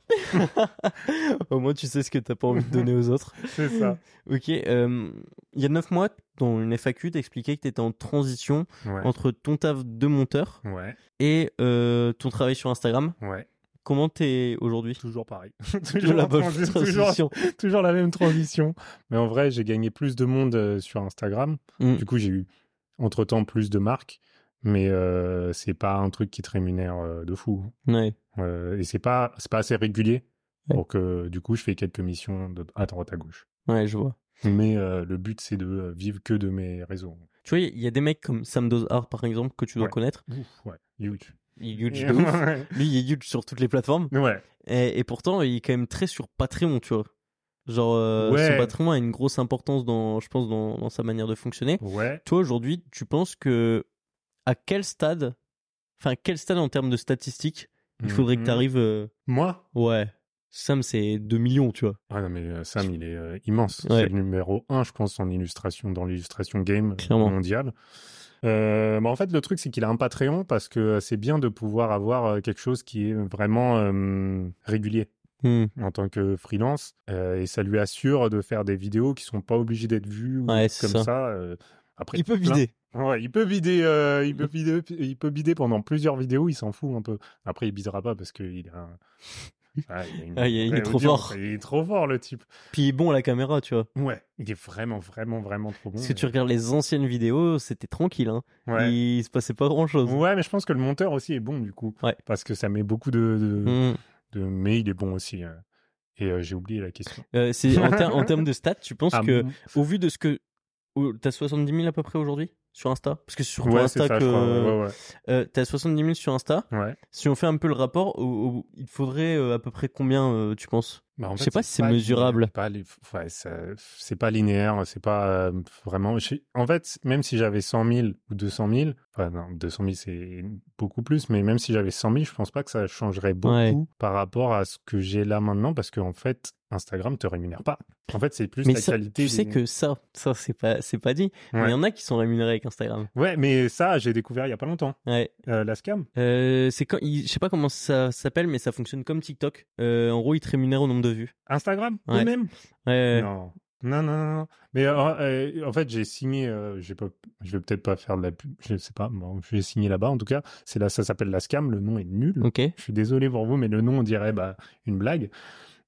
B: Au moins, tu sais ce que t'as pas envie de donner aux autres.
A: C'est ça.
B: Ok. euh, Il y a 9 mois, dans une FAQ, t'expliquais que t'étais en transition
A: Ouais.
B: entre ton taf de monteur
A: Ouais,
B: et euh, ton travail sur Instagram.
A: ouais.
B: Comment t'es aujourd'hui
A: Toujours pareil.
B: De la
A: en
B: bonne
A: transi- toujours-
B: transition.
A: toujours la même transition. Mais en vrai, j'ai gagné plus de monde euh, sur Instagram.
B: Mm.
A: Du coup, j'ai eu entre-temps plus de marques. Mais euh, c'est pas un truc qui te rémunère euh, de fou.
B: Ouais.
A: Euh, et c'est pas, c'est pas assez régulier.
B: Ouais.
A: Donc, euh, du coup, je fais quelques missions de, à droite, à gauche.
B: Ouais, je vois.
A: Mais euh, le but, c'est de euh, vivre que de mes réseaux.
B: Tu vois, il y a des mecs comme Sam Dozar, par exemple, que tu dois
A: Ouais.
B: connaître.
A: Ouf, ouais, huge.
B: Il est huge de ouf. Lui, il est huge sur toutes les plateformes.
A: ouais,
B: Et, et pourtant, il est quand même très sur Patreon, tu vois. Genre, euh,
A: Ouais.
B: son Patreon a une grosse importance, dans, je pense, dans, dans sa manière de fonctionner.
A: ouais.
B: Toi, aujourd'hui, tu penses que à quel stade, enfin, à quel stade en termes de statistiques, il faudrait que
A: Mhm.
B: tu arrives.
A: Moi
B: Ouais. Sam, c'est 2 millions, tu vois.
A: Ah non, mais euh, Sam, il est euh, immense.
B: Ouais.
A: C'est le numéro un, je pense, en illustration, dans l'illustration game euh,
B: Clairement.
A: mondiale. Euh, bah, en fait, le truc, c'est qu'il a un Patreon parce que euh, c'est bien de pouvoir avoir euh, quelque chose qui est vraiment euh, régulier
B: Hmm.
A: en tant que freelance euh, et ça lui assure de faire des vidéos qui sont pas obligées d'être vues ou
B: Ouais,
A: comme
B: c'est
A: ça.
B: ça.
A: euh, après,
B: Il peut
A: plein-
B: vider.
A: Ouais, il peut vider, euh, il peut vider, il peut vider pendant plusieurs vidéos, il s'en fout un peu. Après, il bidera pas parce qu'il a. un- Ah, il, a une
B: Ah, il est- il est
A: vraie
B: trop
A: audience.
B: fort.
A: Il est trop fort le type.
B: Puis il est bon à la caméra, tu vois.
A: Ouais, il est vraiment, vraiment, vraiment trop bon.
B: Parce que tu
A: Et-
B: regardes les anciennes vidéos, c'était tranquille, hein.
A: Ouais.
B: Il se passait pas grand chose.
A: Ouais, mais je pense que le monteur aussi est bon du coup.
B: Ouais.
A: Parce que ça met beaucoup de, de,
B: Mm.
A: de- mais il est bon aussi. euh. Et euh, j'ai oublié la question.
B: Euh, c'est en, ter- en termes de stats, tu penses
A: Ah,
B: que,
A: bon.
B: au vu de ce que. oh, T'as 70 000 à peu près aujourd'hui sur Insta Parce que c'est surtout
A: ouais, c'est
B: Insta
A: ça, je
B: que.
A: crois. Ouais,
B: Euh, T'as 70 000 sur Insta.
A: ouais. ouais.
B: Si on fait un peu le rapport, au- au- il faudrait euh, à peu près combien, euh, tu penses
A: Bah, en
B: Je sais
A: fait,
B: pas si c'est mesurable.
A: c'est Pas les- ouais, ça- c'est pas linéaire, c'est pas euh, vraiment. je- En fait, même si j'avais 100 000 ou 200 000, enfin non, 200 000 c'est beaucoup plus, mais même si j'avais 100 000, je pense pas que ça changerait beaucoup
B: Ouais.
A: par rapport à ce que j'ai là maintenant, parce qu'en fait, Instagram te rémunère pas. En fait, c'est plus
B: Mais
A: la
B: ça,
A: qualité.
B: tu sais
A: des-
B: que ça, ça c'est pas, c'est pas dit. Mais
A: Ouais.
B: il y en a qui sont rémunérés avec Instagram.
A: Ouais, mais ça, j'ai découvert il y a pas longtemps.
B: Ouais.
A: Euh, la scam.
B: Euh, c'est quand, il- je sais pas comment ça s'appelle, mais ça fonctionne comme TikTok. Euh, en gros, ils te rémunèrent au nombre de vues.
A: Instagram
B: Ouais.
A: eux-mêmes
B: Ouais,
A: Non. Non, non, non, non. Mais euh, euh, en fait, j'ai signé, euh, j'ai pas- je vais peut-être pas faire de la pub, je sais pas, bon, j'ai signé là-bas en tout cas. C'est là, ça s'appelle la scam, le nom est nul.
B: Ok.
A: Je suis désolé pour vous, mais le nom, on dirait bah, une blague.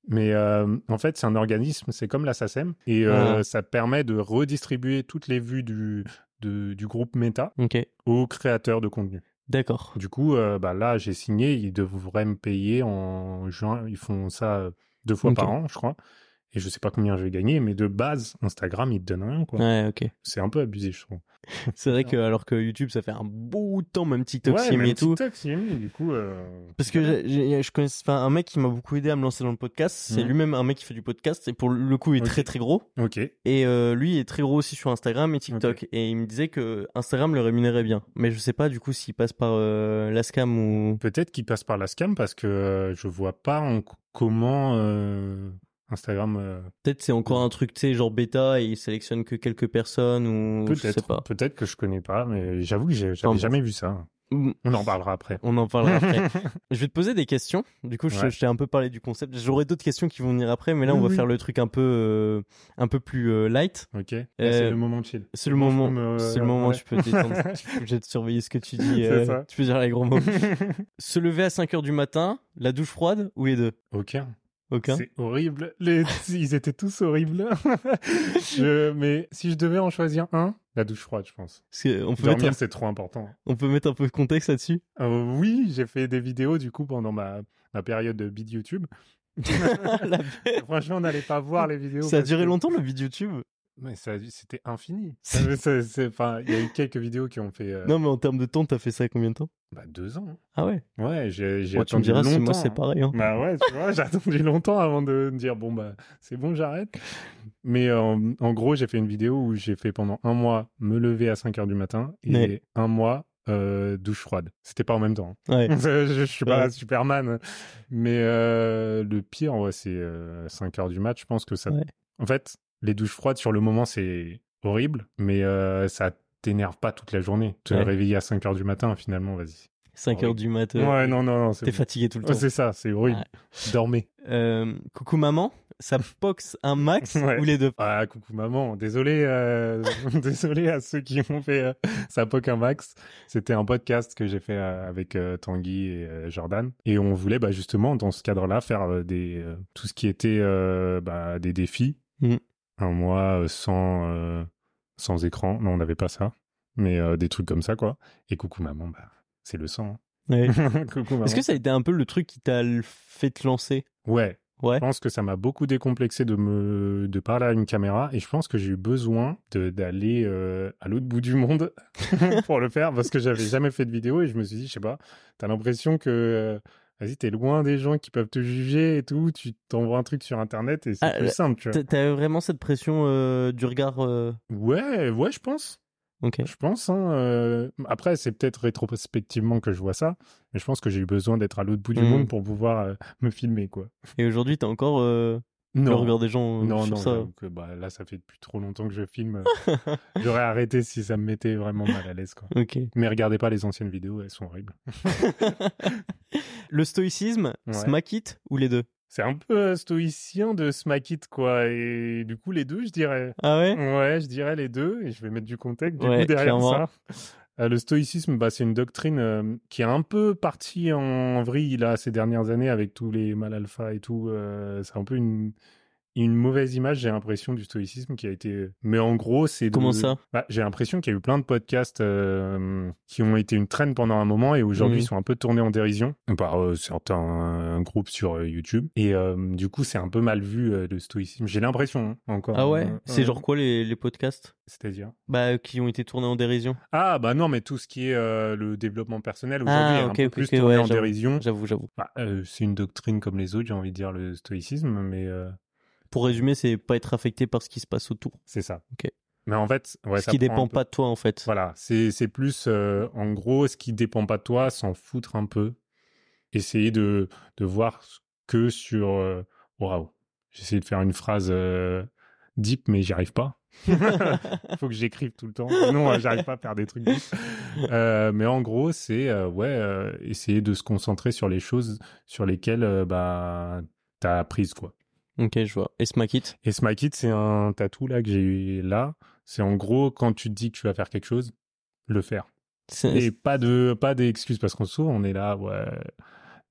A: Mais euh, en fait, c'est un organisme, c'est comme la SACEM, et euh,
B: Ah.
A: ça permet de redistribuer toutes les vues du, de- du groupe Meta
B: Ok.
A: aux créateurs de contenu.
B: D'accord.
A: Du coup, euh, bah, là, j'ai signé, ils devraient me payer en juin. Ils font ça euh, deux fois
B: Ok.
A: par an, je crois. Et je sais pas combien je vais gagner, mais de base, Instagram, ils te donnent rien, quoi.
B: Ouais, ok.
A: C'est un peu abusé, je trouve.
B: C'est vrai que alors que YouTube, ça fait un bout de temps, même TikTok, s'y est
A: même
B: mis et tout.
A: TikTok, s'y est mis, du coup. euh,
B: Parce que j'ai- j'ai- je connais enfin, un mec qui m'a beaucoup aidé à me lancer dans le podcast. C'est
A: Mhm.
B: lui-même un mec qui fait du podcast et pour le coup, il est
A: Ok.
B: très très gros.
A: Ok.
B: Et euh, lui est très gros aussi sur Instagram et TikTok. Et il me disait que Instagram le rémunérait bien. Mais je sais pas du coup s'il passe par euh, la scam ou.
A: Peut-être qu'ils passent par la scam parce que euh, je vois pas en- comment euh, Instagram. euh,
B: Peut-être c'est encore un truc, tu sais, genre bêta et il sélectionne que quelques personnes ou. Je sais pas.
A: Peut-être. Peut-être que je connais pas, mais j'avoue que j'ai-
B: Enfin,
A: j'avais
B: bon.
A: jamais vu ça.
B: Mm.
A: On en parlera après.
B: On en parlera après. Je vais te poser des questions. Du coup, je,
A: Ouais.
B: je t'ai un peu parlé du concept. J'aurai d'autres questions qui vont venir après, mais là, on
A: Oui,
B: va
A: oui.
B: faire le truc un peu, euh, un peu plus euh, light.
A: Ok. Là, C'est
B: Euh,
A: le moment chill.
B: C'est le
A: Bon, je
B: moment,
A: peux me- euh,
B: c'est le moment où
A: ouais.
B: tu peux te détendre. Je vais te surveiller ce que tu dis.
A: C'est
B: euh,
A: ça.
B: tu peux dire les gros mots. Se lever à 5 heures du matin, la douche froide ou les deux
A: Aucun.
B: Aucun.
A: C'est horrible. Les- Ils étaient tous horribles. Je- Mais si je devais en choisir un, la douche froide, je pense.
B: Parce que on, peut mettre
A: Dormir,
B: un,
A: c'est trop important.
B: on peut mettre un peu de contexte là-dessus.
A: Euh, oui, j'ai fait des vidéos du coup pendant ma, ma période de bid YouTube.
B: La-
A: Franchement, on n'allait pas voir les vidéos.
B: Ça a
A: parce
B: duré
A: que-
B: longtemps le vide YouTube.
A: Mais ça, c'était infini. Ça- ça- c'est- Enfin, il y a eu quelques vidéos qui ont fait euh,
B: Non, mais en termes de temps, t'as fait ça combien de temps
A: bah, deux ans.
B: Ah ouais.
A: hein. Ouais, j'ai j'ai
B: Bon, tu me
A: attendu
B: diras
A: longtemps.
B: si moi
A: hein.
B: c'est pareil. hein.
A: Bah ouais, tu vois, j'ai attendu longtemps avant de me dire bon bah c'est bon, j'arrête. Mais euh, en, en gros, j'ai fait une vidéo où j'ai fait pendant un mois me lever à 5 heures du matin et
B: Ouais.
A: un mois euh, douche froide. C'était pas en même temps. hein.
B: Ouais.
A: je, je suis pas
B: Ouais.
A: Superman. hein. Mais euh, le pire, ouais, c'est euh, 5 heures du match. Je pense que ça.
B: Ouais.
A: En fait, les douches froides sur le moment, c'est horrible, mais euh, ça t'énerve pas toute la journée. Te
B: Ouais.
A: réveiller à 5 heures du matin, finalement, vas-y.
B: 5 heures du matin.
A: Ouais, non, non, non. c'est
B: T'es
A: bon.
B: fatigué tout le
A: Ouais,
B: temps.
A: C'est ça, c'est horrible. Dormez.
B: Euh, coucou maman, ça boxe un max
A: Ouais.
B: ou les deux
A: Ah, coucou maman. Désolé, euh, désolé à ceux qui ont fait euh, ça poque un max. C'était un podcast que j'ai fait euh, avec euh, Tanguy et euh, Jordan, et on voulait bah, justement dans ce cadre-là faire euh, des euh, tout ce qui était euh, bah, des défis.
B: Mhm.
A: Un mois euh, sans euh, sans écran. Non, on n'avait pas ça, mais euh, des trucs comme ça quoi. Et coucou maman, bah, c'est le sang.
B: Ouais.
A: hein. coucou maman.
B: Est-ce que ça a été un peu le truc qui t'a l- fait te lancer
A: Ouais,
B: Ouais.
A: je pense que ça m'a beaucoup décomplexé de me de parler à une caméra et je pense que j'ai eu besoin de- d'aller euh, à l'autre bout du monde pour le faire parce que j'avais jamais fait de vidéo et je me suis dit je sais pas t'as l'impression que euh, vas-y t'es loin des gens qui peuvent te juger et tout tu t'envoies un truc sur internet et c'est
B: Ah,
A: plus
B: là,
A: simple tu vois.
B: T'as- T'as vraiment cette pression euh, du regard euh,
A: ouais ouais je pense
B: Ok.
A: je pense hein, euh, après c'est peut-être rétrospectivement que je vois ça mais je pense que j'ai eu besoin d'être à l'autre bout du
B: Mhm.
A: monde pour pouvoir euh, me filmer quoi
B: Et aujourd'hui, t'as encore euh, le
A: non
B: regard des gens euh,
A: Non,
B: sur
A: non,
B: ça.
A: j'avoue que bah, là, ça fait depuis trop longtemps que je filme. euh, J'aurais arrêté si ça me mettait vraiment mal à l'aise. Quoi.
B: Ok.
A: Mais regardez pas les anciennes vidéos, elles sont horribles.
B: le stoïcisme,
A: Ouais.
B: smack it ou les deux
A: C'est un peu euh, stoïcien de smack it, quoi. Et du coup, les deux, je dirais.
B: Ah ouais
A: Ouais, je dirais les deux. Et je vais mettre du contexte du
B: Ouais,
A: coup, derrière
B: clairement.
A: ça. Euh, le stoïcisme, bah, c'est une doctrine euh, qui est un peu partie en vrille là, ces dernières années avec tous les mal alpha et tout. euh, c'est un peu une une mauvaise image, j'ai l'impression, du stoïcisme qui a été. euh, Mais en gros, c'est. de-
B: Comment ça
A: Bah, J'ai l'impression qu'il y a eu plein de podcasts euh, qui ont été une traîne pendant un moment et aujourd'hui
B: Mhm.
A: sont un peu tournés en dérision par euh, certains groupes sur euh, YouTube. Et euh, du coup, c'est un peu mal vu euh, le stoïcisme. J'ai l'impression, hein, encore.
B: Ah ouais
A: Euh,
B: C'est
A: euh,
B: genre quoi les, les podcasts
A: C'est-à-dire
B: bah, qui ont été tournés en dérision
A: Ah, bah non, mais tout ce qui est euh, le développement personnel aujourd'hui
B: Ah,
A: est un
B: ok,
A: peu
B: ok,
A: plus
B: ok,
A: tourné
B: ouais,
A: en
B: j'avoue.
A: dérision.
B: J'avoue, j'avoue.
A: Bah, euh, c'est une doctrine comme les autres, j'ai envie de dire, le stoïcisme, mais euh,
B: Pour résumer, c'est pas être affecté par ce qui se passe autour.
A: c'est ça.
B: Ok.
A: Mais en fait, ouais,
B: ce
A: ça
B: qui
A: prend un
B: dépend
A: peu-
B: pas de toi en fait.
A: Voilà, c'est c'est plus euh, en gros ce qui dépend pas de toi, s'en foutre un peu. Essayer de, de voir ce que sur. euh, Waouh, j'ai essayé de faire une phrase euh, deep, mais j'y arrive pas. Faut que j'écrive tout le temps, sinon euh, j'arrive pas à faire des trucs deep. Euh, mais en gros, c'est euh, ouais, euh, essayer de se concentrer sur les choses sur lesquelles euh, bah, t'as prise quoi.
B: Ok, je vois. Et Smack It
A: Et Smack It, c'est un tatou là que j'ai eu là. C'est en gros quand tu te dis que tu vas faire quelque chose, le faire.
B: c'est-
A: Et pas de pas d'excuses parce qu'on souvent on est là ouais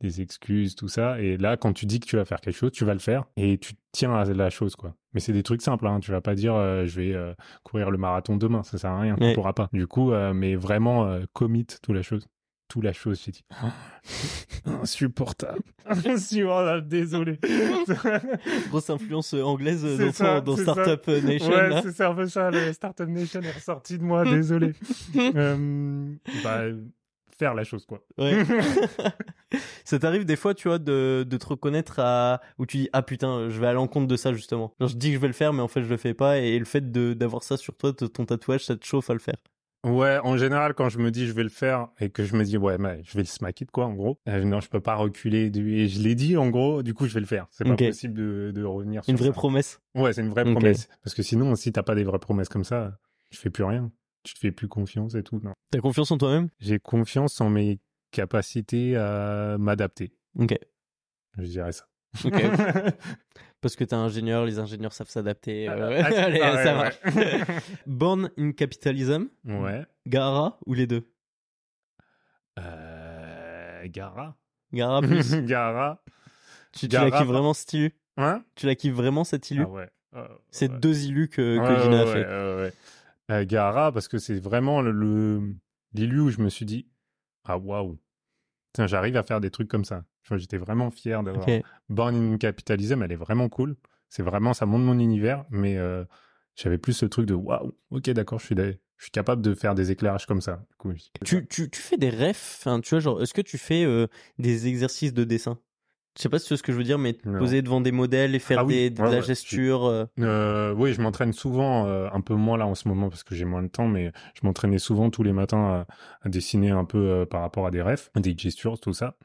A: des excuses tout ça et là quand tu dis que tu vas faire quelque chose tu vas le faire et tu tiens à la chose quoi mais c'est des trucs simples hein. tu vas pas dire euh, je vais euh, courir le marathon demain ça sert à rien
B: Ouais.
A: tu pourras pas du coup euh, mais vraiment euh, commit tout la chose tout la chose j'ai dit Oh, insupportable insupportable désolé
B: Grosse influence euh, anglaise euh,
A: C'est
B: dans,
A: ça,
B: dans
A: c'est
B: Startup euh, Nation.
A: ouais
B: là.
A: c'est un peu ça le startup nation est ressorti de moi désolé Euh, bah, faire la chose quoi
B: Ouais. ça t'arrive des fois, tu vois, de, de te reconnaître à où tu dis ah putain, euh, je vais à l'encontre de ça justement. Genre, je dis que je vais le faire, mais en fait je le fais pas. Et le fait de d'avoir ça sur toi, de ton tatouage, ça te chauffe à le faire.
A: Ouais, en général, quand je me dis je vais le faire et que je me dis ouais, mais je vais le smack it quoi, en gros. Euh, non, je peux pas reculer. du- Et je l'ai dit, en gros, du coup, je vais le faire. C'est
B: Ok.
A: pas possible de, de revenir sur
B: Une vraie
A: ça.
B: promesse.
A: Ouais, c'est une vraie
B: Ok.
A: promesse. Parce que sinon, si t'as pas des vraies promesses comme ça, tu fais plus rien. Tu te fais plus confiance et tout. Non.
B: T'as confiance en toi-même
A: J'ai confiance en mes capacités à m'adapter.
B: Ok.
A: Je dirais ça.
B: Ok. Parce que t'es ingénieur, les ingénieurs savent s'adapter. euh,
A: Ah, ah,
B: Allez,
A: ouais,
B: ça marche.
A: ouais.
B: Born in Capitalism,
A: ouais.
B: Gara ou les deux
A: Euh... Gara.
B: Gara plus.
A: Gara.
B: tu, tu la
A: Hmm. Gara,
B: kiffes
A: bah.
B: vraiment cette illu
A: Hein
B: Tu la kiffes vraiment cette illu
A: Ah ouais. Euh,
B: C'est
A: ouais.
B: deux illus que, que
A: Ouais,
B: Gina a
A: ouais,
B: fait.
A: ouais, ouais, ouais. Euh, Gaara, parce que c'est vraiment le- le l'élu où je me suis dit ah waouh, Putain, j'arrive à faire des trucs comme ça. Je- J'étais vraiment fier d'avoir
B: Ok.
A: Born in Capitalism. Elle est vraiment cool. C'est vraiment ça monte mon univers, mais euh, j'avais plus ce truc de waouh. Ok, d'accord, je suis dé- je suis capable de faire des éclairages comme ça. Du coup, je-
B: Tu, tu, tu fais des refs, enfin, tu vois, genre, est-ce que tu fais euh, des exercices de dessin Je sais pas si tu vois ce que je veux dire, mais te
A: Non.
B: poser devant des modèles et faire
A: Ah oui,
B: des, de
A: ouais,
B: la
A: ouais,
B: gesture. euh,
A: Euh, oui, je m'entraîne souvent, euh, un peu moins là en ce moment parce que j'ai moins de temps, mais je m'entraînais souvent tous les matins à, à dessiner un peu euh, par rapport à des refs, des gestures, tout ça.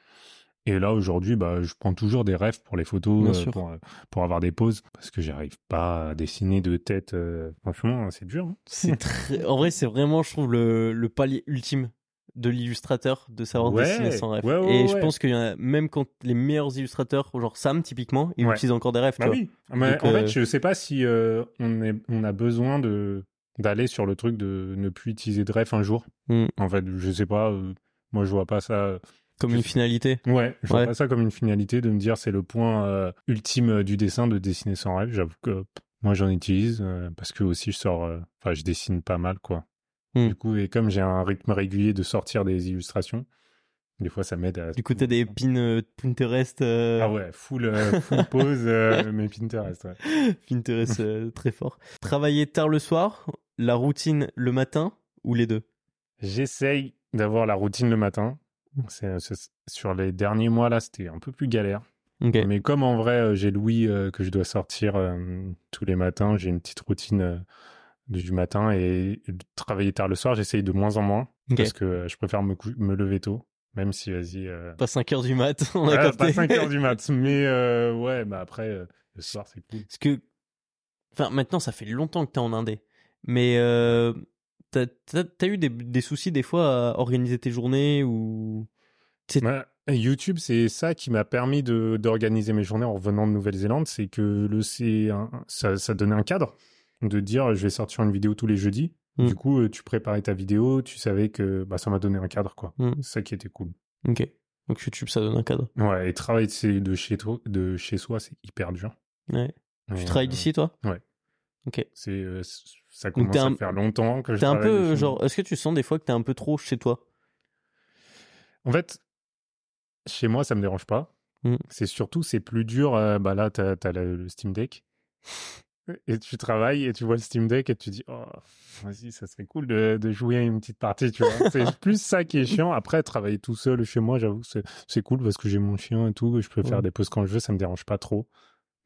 A: Et là aujourd'hui, bah, je prends toujours des refs pour les photos,
B: Bien
A: euh,
B: sûr.
A: pour, euh, pour avoir des pauses, parce que j'arrive pas à dessiner de tête. euh, franchement, c'est dur. hein.
B: C'est très... En vrai, c'est vraiment, je trouve, le, le palier ultime de l'illustrateur de savoir
A: Ouais,
B: dessiner sans ref.
A: ouais, ouais,
B: et
A: ouais,
B: je
A: ouais.
B: pense que même quand les meilleurs illustrateurs, genre Sam typiquement, ils
A: Ouais. Bah
B: utilisent encore des refs. tu vois.
A: oui. Mais
B: Donc,
A: en
B: euh,
A: fait, je sais pas si euh, on, est, on a besoin de d'aller sur le truc de ne plus utiliser de ref un jour.
B: Mm.
A: En fait, je sais pas. euh, moi, je vois pas ça. euh,
B: Comme une finalité.
A: Ouais, je vois
B: Ouais.
A: pas ça comme une finalité de me dire c'est le point euh, ultime euh, du dessin de dessiner sans rêve. J'avoue que euh, moi j'en utilise euh, parce que aussi je sors, euh, enfin je dessine pas mal quoi.
B: Hmm.
A: Du coup, et comme j'ai un rythme régulier de sortir des illustrations, des fois ça m'aide à.
B: Du coup, t'as des pins euh, Pinterest, euh,
A: Mmh. Ah ouais, full, euh, full pause, euh, mais Pinterest, ouais.
B: Pinterest euh, très fort. Travailler tard le soir, la routine le matin ou les deux
A: J'essaye d'avoir la routine le matin. C'est- euh, c'est- sur les derniers mois là, c'était un peu plus galère.
B: Ok.
A: Mais comme en vrai, euh, j'ai Louis euh, que je dois sortir euh, tous les matins, j'ai une petite routine euh, du matin et de travailler tard le soir, j'essaye de moins en moins
B: Ok.
A: parce que euh, je préfère me, cou- me lever tôt, même si vas-y. euh,
B: Pas 5 heures du mat, on a
A: voilà,
B: capté.
A: pas 5 heures du mat, mais euh, ouais, bah après, euh, le soir, c'est cool.
B: Parce que, enfin, maintenant, ça fait longtemps que t'es en Indé. Mais euh, t'as t'as- t'as eu des, des soucis des fois à organiser tes journées ou.
A: Ouais, YouTube, c'est ça qui m'a permis de- d'organiser mes journées en revenant de Nouvelle-Zélande. C'est que le C, ça, ça donnait un cadre de dire je vais sortir une vidéo tous les jeudis.
B: Mm.
A: Du coup, euh, tu préparais ta vidéo, tu savais que bah, ça m'a donné un cadre, quoi.
B: Mm.
A: C'est ça qui était cool.
B: Ok. Donc YouTube, ça donne un cadre.
A: Ouais, et travailler de chez, de chez, toi, de chez soi, c'est hyper dur.
B: Ouais.
A: Mais,
B: Tu travailles
A: euh,
B: d'ici, toi
A: C'est euh, c- ça
B: Donc,
A: commence
B: t'es
A: à
B: un-
A: faire longtemps que je
B: T'es un
A: travaille
B: peu, euh,
A: dessus.
B: genre, est-ce que tu sens des fois que t'es un peu trop chez toi
A: En fait, chez moi, ça me dérange pas.
B: Mm.
A: C'est surtout, c'est plus dur. euh, bah là, t'as as le, le Steam Deck. Et tu travailles et tu vois le Steam Deck et tu dis, oh, vas-y, ça serait cool de, de jouer à une petite partie, tu vois. C'est plus ça qui est chiant. Après, travailler tout seul chez moi, j'avoue que c'est- c'est cool parce que j'ai mon chien et tout. Je peux faire
B: Ouais.
A: des pauses quand je veux, ça me dérange pas trop.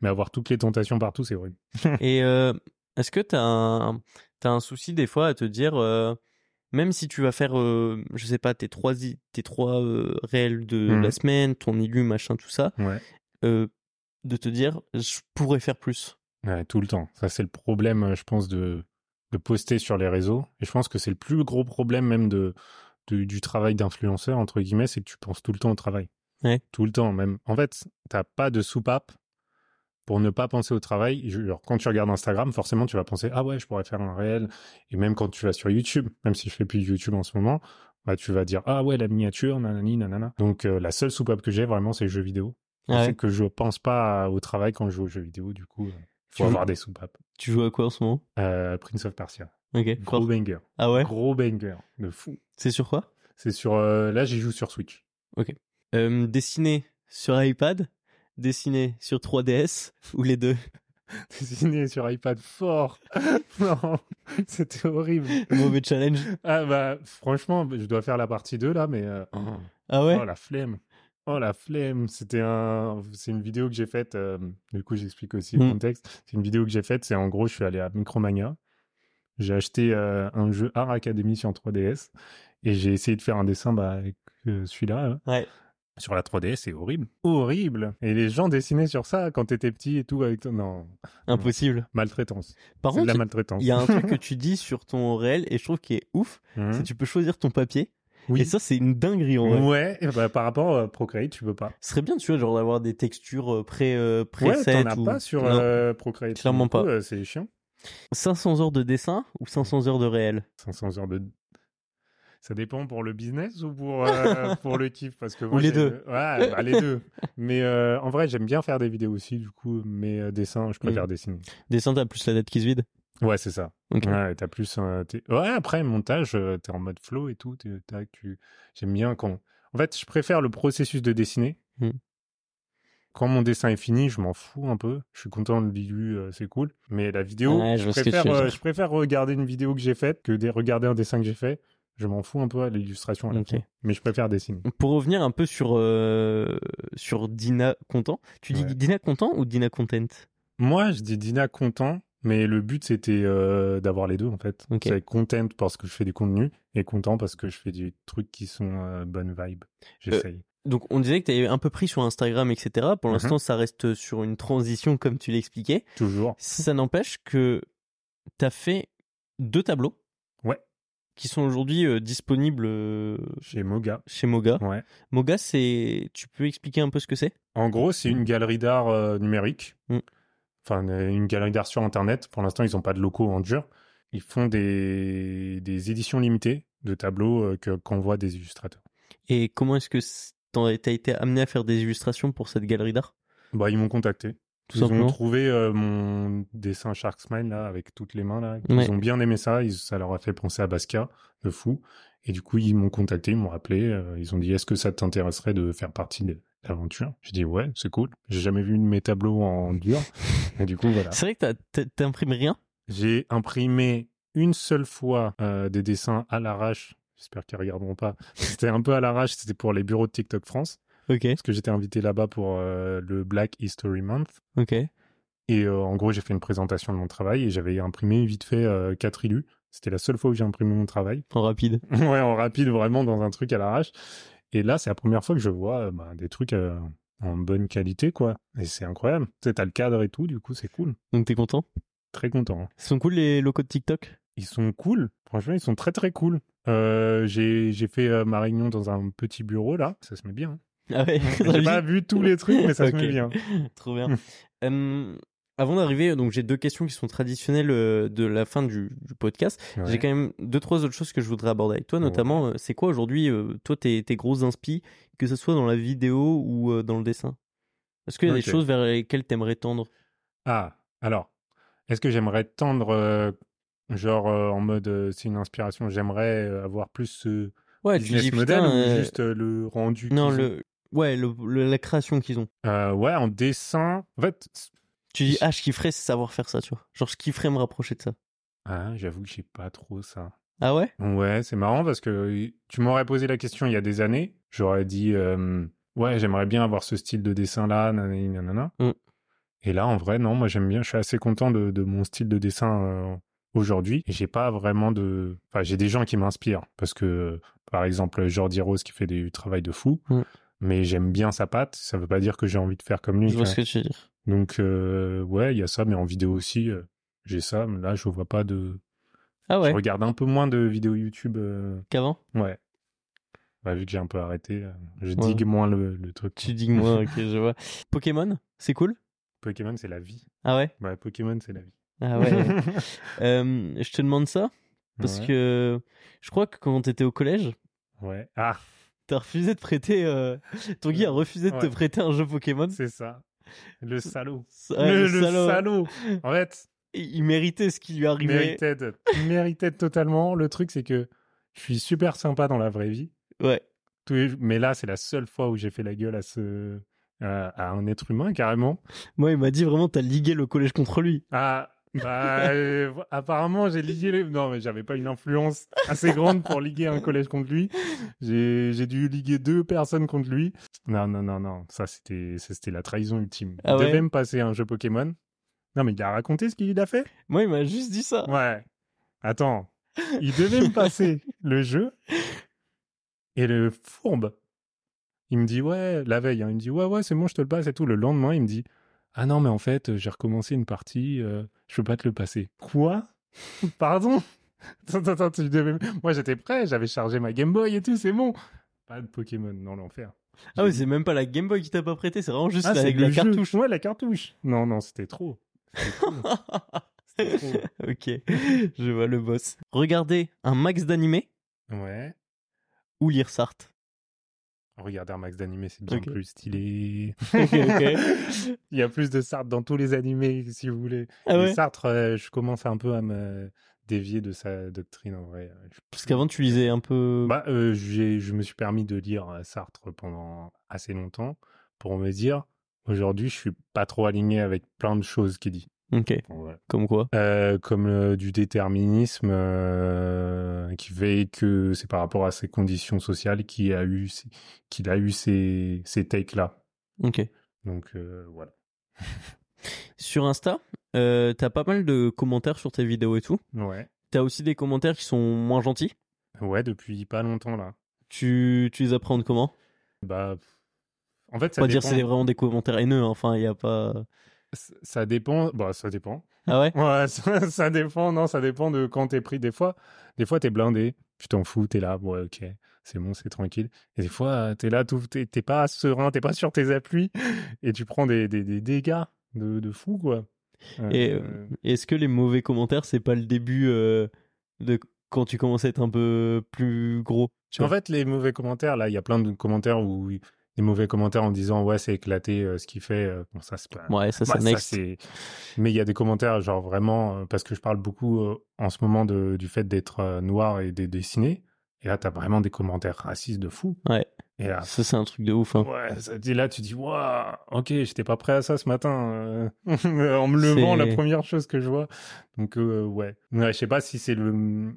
A: Mais avoir toutes les tentations partout, c'est horrible.
B: Et euh, est-ce que t'as un, t'as un souci des fois à te dire, euh, même si tu vas faire, euh, je sais pas, tes trois, i- tes trois euh, réels de
A: Mhm.
B: la semaine, ton élu, machin, tout ça,
A: Ouais.
B: euh, de te dire, je pourrais faire plus.
A: Ouais, tout le temps. Ça, c'est le problème, euh, je pense, de, de poster sur les réseaux. Et je pense que c'est le plus gros problème même de, de- du travail d'influenceur, entre guillemets, c'est que tu penses tout le temps au travail.
B: Ouais.
A: Tout le temps, même. En fait, t'as pas de soupape pour ne pas penser au travail. Je- genre, quand tu regardes Instagram, forcément, tu vas penser, ah ouais, je pourrais faire un réel. Et même quand tu vas sur YouTube, même si je fais plus de YouTube en ce moment, bah, tu vas dire, ah ouais, la miniature, nanani, nanana. Donc, euh, la seule soupape que j'ai vraiment, c'est les jeux vidéo.
B: Ah Ouais.
A: C'est que je pense pas au travail quand je joue aux jeux vidéo, du coup. euh,
B: Tu
A: Faut
B: veux-
A: avoir des soupapes.
B: Tu joues à quoi en ce moment
A: Euh, Prince of Persia.
B: Ok.
A: Gros banger.
B: Ah ouais
A: Gros banger. De fou.
B: C'est sur quoi
A: C'est sur. euh, là, j'y joue sur Switch.
B: Euh, Dessiner sur iPad, dessiner sur 3DS ou les deux
A: Dessiné sur iPad fort. non, c'était horrible.
B: Mauvais challenge.
A: Ah bah, franchement, je dois faire la partie 2 là, mais. euh, oh,
B: Ah ouais
A: oh, la flemme. Oh la flemme. C'était un. C'est une vidéo que j'ai faite. euh, du coup, j'explique aussi le
B: Mm.
A: contexte. C'est une vidéo que j'ai faite. C'est en gros, je suis allé à Micromania. J'ai acheté euh, un jeu Art Academy sur 3DS. Et j'ai essayé de faire un dessin bah, avec euh, celui-là. là.
B: Ouais.
A: sur la 3DS, c'est horrible. Horrible. Et les gens dessinaient sur ça quand t'étais petit et tout avec ton... Non,
B: Impossible.
A: maltraitance.
B: Par
A: C'est de la
B: contre,
A: maltraitance.
B: il y a un truc que tu dis sur ton réel et je trouve qui est ouf,
A: Mhm.
B: c'est que tu peux choisir ton papier.
A: Oui.
B: Et ça, c'est une dinguerie en vrai.
A: Ouais, et bah, par rapport à Procreate, tu peux pas.
B: Ce serait bien, tu vois, genre d'avoir des textures euh, pré, euh,
A: Ouais,
B: presets.
A: t'en as
B: ou-
A: pas sur
B: Non.
A: euh, Procreate.
B: Clairement
A: Du coup,
B: pas.
A: euh, c'est chiant.
B: 500 heures de dessin ou 500 heures de réel
A: 500 heures de... Ça dépend pour le business ou pour, euh, pour le kiff parce que
B: Ou
A: moi,
B: les
A: j'ai-
B: deux.
A: Ouais, bah, les deux. Mais euh, en vrai, j'aime bien faire des vidéos aussi, du coup, mais euh, dessin,
B: Mmh.
A: je préfère dessiner.
B: Dessin, t'as plus la date qui se vide.
A: Ouais, c'est ça.
B: Ok.
A: Ouais, t'as plus. un- t'es- ouais, après, montage, euh, t'es en mode flow et tout. t'es- tac, tu... J'aime bien quand. En fait, je préfère le processus de dessiner.
B: Mm.
A: Quand mon dessin est fini, je m'en fous un peu. Je suis content de l'IU, c'est cool. Mais la vidéo,
B: Ouais, je
A: je,
B: vois ce que tu
A: préfère,
B: veux
A: euh,
B: dire.
A: je préfère regarder une vidéo que j'ai faite que de regarder un dessin que j'ai fait. Je m'en fous un peu à l'illustration. à la
B: Ok.
A: fin. Mais je préfère dessiner.
B: Pour revenir un peu sur, euh, sur Dina Content, tu dis
A: Ouais.
B: Dina Content ou Dina Content
A: Moi, je dis Dina content, mais le but c'était euh, d'avoir les deux en fait.
B: Ok.
A: C'est content parce que je fais du contenu et content parce que je fais des trucs qui sont euh, bonne vibe. J'essaye.
B: Donc on disait que t'es un peu pris sur Instagram, etc. Pour
A: Mhm.
B: l'instant, ça reste sur une transition comme tu l'expliquais.
A: Toujours.
B: Ça n'empêche que t'as fait deux tableaux.
A: Ouais.
B: Qui sont aujourd'hui euh, disponibles euh,
A: Chez Moga.
B: chez Moga.
A: Ouais.
B: Moga, c'est. Tu peux expliquer un peu ce que c'est
A: En gros, c'est une galerie d'art euh, numérique.
B: Mm.
A: Enfin, euh, une galerie d'art sur Internet. Pour l'instant, ils n'ont pas de locaux en dur. Ils font des, des éditions limitées de tableaux euh, que qu'envoient des illustrateurs.
B: Et comment est-ce que c- t'en- t'as été amené à faire des illustrations pour cette galerie d'art
A: Bah, ils m'ont contacté.
B: Tout
A: Ils ont
B: simplement.
A: trouvé euh, mon dessin Shark Smile là, avec toutes les mains là. Ils
B: Ouais.
A: ont bien aimé ça. Ils- ça leur a fait penser à Basquiat, de fou. Et du coup, ils m'ont contacté, ils m'ont appelé. euh, ils ont dit Est-ce que ça t'intéresserait de faire partie de l'aventure J'ai dit Ouais, c'est cool. J'ai jamais vu de mes tableaux en dur. Et du coup, voilà.
B: C'est vrai que t'as- t'as- t'imprimes rien
A: J'ai imprimé une seule fois euh, des dessins à l'arrache. J'espère qu'ils regarderont pas. C'était un peu à l'arrache. C'était pour les bureaux de TikTok France
B: Ok,
A: parce que j'étais invité là-bas pour euh, le Black History Month.
B: ok.
A: Et euh, en gros, j'ai fait une présentation de mon travail et j'avais imprimé vite fait euh, quatre illus. C'était la seule fois où j'ai imprimé mon travail.
B: En rapide.
A: ouais, en rapide, vraiment dans un truc à l'arrache. Et là, c'est la première fois que je vois euh, bah, des trucs euh, en bonne qualité, quoi. Et c'est incroyable. Tu sais, t'as le cadre et tout, du coup, c'est cool.
B: Donc t'es content
A: Très content. hein.
B: Ce sont cool les locaux de TikTok
A: Ils sont cool. Franchement, ils sont très, très cool. Euh, j'ai j'ai fait euh, ma réunion dans un petit bureau, là. Ça se met bien. hein.
B: Ah ouais
A: J'ai pas vu tous les trucs, mais ça
B: Ok.
A: se met bien.
B: Trop bien. Euh, avant d'arriver, donc j'ai deux questions qui sont traditionnelles euh, de la fin du, du podcast. J'ai
A: Ouais.
B: quand même deux, trois autres choses que je voudrais aborder avec toi,
A: Ouais.
B: notamment, euh, c'est quoi aujourd'hui, euh, toi, tes, tes grosses inspi, que ce soit dans la vidéo ou euh, dans le dessin Est-ce qu'il y a
A: Ok.
B: des choses vers lesquelles t'aimerais tendre
A: Ah, Alors, est-ce que j'aimerais tendre, euh, genre euh, en mode euh, c'est une inspiration, j'aimerais euh, avoir plus ce
B: Ouais, tu
A: business
B: dis
A: model
B: putain,
A: ou
B: euh,
A: juste euh, le rendu
B: non
A: qu'ils ont
B: le ouais le- le- la création qu'ils ont.
A: Euh, ouais, en dessin. En fait, c'est-
B: Tu dis ah je kifferais savoir faire ça, tu vois. Genre je kifferais me rapprocher de ça.
A: ah, j'avoue que j'ai pas trop ça.
B: Ah ouais
A: Ouais, c'est marrant parce que euh, tu m'aurais posé la question il y a des années. J'aurais dit, euh, ouais, j'aimerais bien avoir ce style de dessin-là, nanani, nanana.
B: Mm.
A: Et là, en vrai, non, moi j'aime bien, je suis assez content de, de mon style de dessin euh, aujourd'hui. Et j'ai pas vraiment de. Enfin, j'ai des gens qui m'inspirent parce que, par exemple, Jordi Rose qui fait du travail de fou.
B: Mm.
A: Mais j'aime bien sa patte, ça veut pas dire que j'ai envie de faire comme lui.
B: Je vois
A: tu
B: ce que tu veux dire.
A: Donc, euh, ouais, il y a ça, mais en vidéo aussi, euh, j'ai ça. Mais là, je vois pas de.
B: Ah ouais
A: Je regarde un peu moins de vidéos YouTube. euh,
B: qu'avant.
A: Ouais. Bah, vu que j'ai un peu arrêté, euh, je
B: Ouais.
A: digue moins le, le truc.
B: Tu dis que moi ok je vois. Pokémon c'est cool.
A: Pokémon, c'est la vie.
B: Ah ouais
A: Bah, Pokémon, c'est la vie.
B: ah ouais. Euh, je te demande ça parce
A: Ouais.
B: que je crois que quand t'étais au collège
A: Ouais. Ah,
B: T'as refusé de prêter. euh, Ton Guy a refusé de te
A: Ouais.
B: prêter un jeu Pokémon.
A: c'est ça. Le salaud.
B: Ouais,
A: le,
B: le
A: le
B: salaud.
A: salaud. En fait,
B: Il méritait ce qui lui arrivait.
A: méritait, de- méritait totalement. Le truc, c'est que je suis super sympa dans la vraie vie.
B: Ouais.
A: Tous les jours- Mais là, c'est la seule fois où j'ai fait la gueule à ce. à- à un être humain, carrément.
B: Moi, il m'a dit vraiment, t'as ligué le collège contre lui.
A: Ah, bah, euh, apparemment, j'ai ligué les... Non, mais j'avais pas une influence assez grande pour liguer un collège contre lui. J'ai j'ai dû liguer deux personnes contre lui. Non, non, non, non. Ça, c'était ça, c'était la trahison ultime.
B: Ah
A: il
B: ouais
A: devait me passer un jeu Pokémon. Non, mais il a raconté ce qu'il a fait
B: Moi, il m'a juste dit ça.
A: Ouais. Attends. Il devait me passer le jeu. Et le fourbe, il me dit, ouais, la veille, hein, il me dit, ouais, ouais, c'est bon, je te le passe et tout. Le lendemain, il me dit, ah non, mais en fait, euh, j'ai recommencé une partie, euh, je peux pas te le passer. Quoi Pardon Attends, attends, tu devais... Moi, j'étais prêt, j'avais chargé ma Game Boy et tout, c'est bon. Pas de Pokémon, non, l'enfer.
B: Ah ouais, c'est même pas la Game Boy qui t'a pas prêté, c'est vraiment juste
A: Ah,
B: avec
A: c'est le
B: la
A: jeu.
B: cartouche.
A: Ouais, la cartouche. Non, non, c'était trop. C'était trop. C'était trop.
B: ok, je vois le boss. Regarder un max d'animés
A: Ouais.
B: ou lire Sartre.
A: Regarder un max d'animés, c'est bien
B: Ok.
A: plus stylé.
B: Ok, ok.
A: Il y a plus de Sartre dans tous les animés, si vous voulez.
B: Ah
A: Mais
B: ouais
A: Sartre, euh, je commence un peu à me dévier de sa doctrine, en vrai.
B: Parce qu'avant, tu lisais un peu.
A: Bah, euh, j'ai- je me suis permis de lire euh, Sartre pendant assez longtemps pour me dire, aujourd'hui, je suis pas trop aligné avec plein de choses qu'il dit.
B: Ok,
A: Ouais.
B: comme quoi.
A: Euh, comme euh, du déterminisme euh, qui fait que c'est par rapport à ses conditions sociales qu'il a eu, ces- qu'il a eu ces, ces takes-là.
B: Ok.
A: Donc euh, voilà.
B: Sur Insta, euh, t'as pas mal de commentaires sur tes vidéos et tout.
A: Ouais.
B: T'as aussi des commentaires qui sont moins gentils.
A: Ouais, depuis pas longtemps là.
B: Tu, tu les appréhendes comment
A: Bah, pff. en fait, ça
B: Pas
A: dépend.
B: dire c'est vraiment des commentaires haineux, hein, enfin, il y a pas.
A: C- Ça dépend. Bah, ça dépend.
B: Ah ouais
A: Ouais, ça, ça dépend. Non, ça dépend de quand t'es pris. Des fois, des fois t'es blindé. Tu t'en fous, t'es là. Ouais, ok, c'est bon, c'est tranquille. Et des fois, euh, t'es là, tout- t'es t'es pas serein, t'es pas sur tes appuis, et tu prends des, des, des dégâts de, de fou, quoi. Euh,
B: Et, euh, Est-ce que les mauvais commentaires, c'est pas le début euh, de quand tu commences à être un peu plus gros tu
A: En
B: vois
A: fait, les mauvais commentaires, là, il y a plein de commentaires où des mauvais commentaires en disant ouais, c'est éclaté euh, ce qu'il fait. euh, bon, ça c'est pas.
B: Ouais, ça,
A: Bah, ça,
B: c'est next.
A: c'est- Mais il y a des commentaires, genre vraiment, euh, parce que je parle beaucoup euh, en ce moment de- du fait d'être euh, noir et de dessiner. Et là, t'as vraiment des commentaires racistes de fou.
B: Ouais.
A: Et là,
B: ça, c'est un truc de ouf. hein.
A: euh, ouais, ça dit là, tu dis, waouh, ok, j'étais pas prêt à ça ce matin. euh, en me levant,
B: C'est-
A: la première chose que je vois. Donc, euh, ouais. Ouais, Je sais pas si c'est le.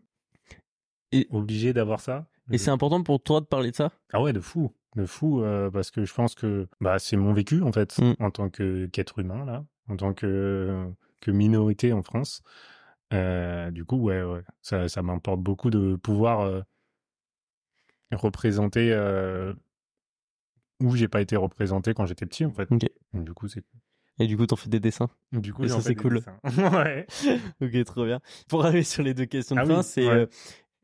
B: Et-
A: Obligé d'avoir ça.
B: Et c'est important pour toi de parler de ça
A: Ah ouais, de fou, de fou, euh, parce que je pense que bah, c'est mon vécu en fait,
B: Mm.
A: en tant que qu'être humain là, en tant que que minorité en France. Euh, du coup, ouais, ouais, ça, ça m'importe beaucoup de pouvoir euh, représenter euh, où j'ai pas été représenté quand j'étais petit en fait.
B: Ok.
A: Donc, Du coup, c'est
B: Et du coup, t'en fais des dessins.
A: du coup
B: Et
A: j'en
B: ça,
A: fais
B: c'est
A: des
B: cool.
A: dessins. ouais.
B: ok, trop bien. Pour arriver sur les deux questions de
A: Ah
B: fin,
A: oui,
B: c'est
A: ouais.
B: euh,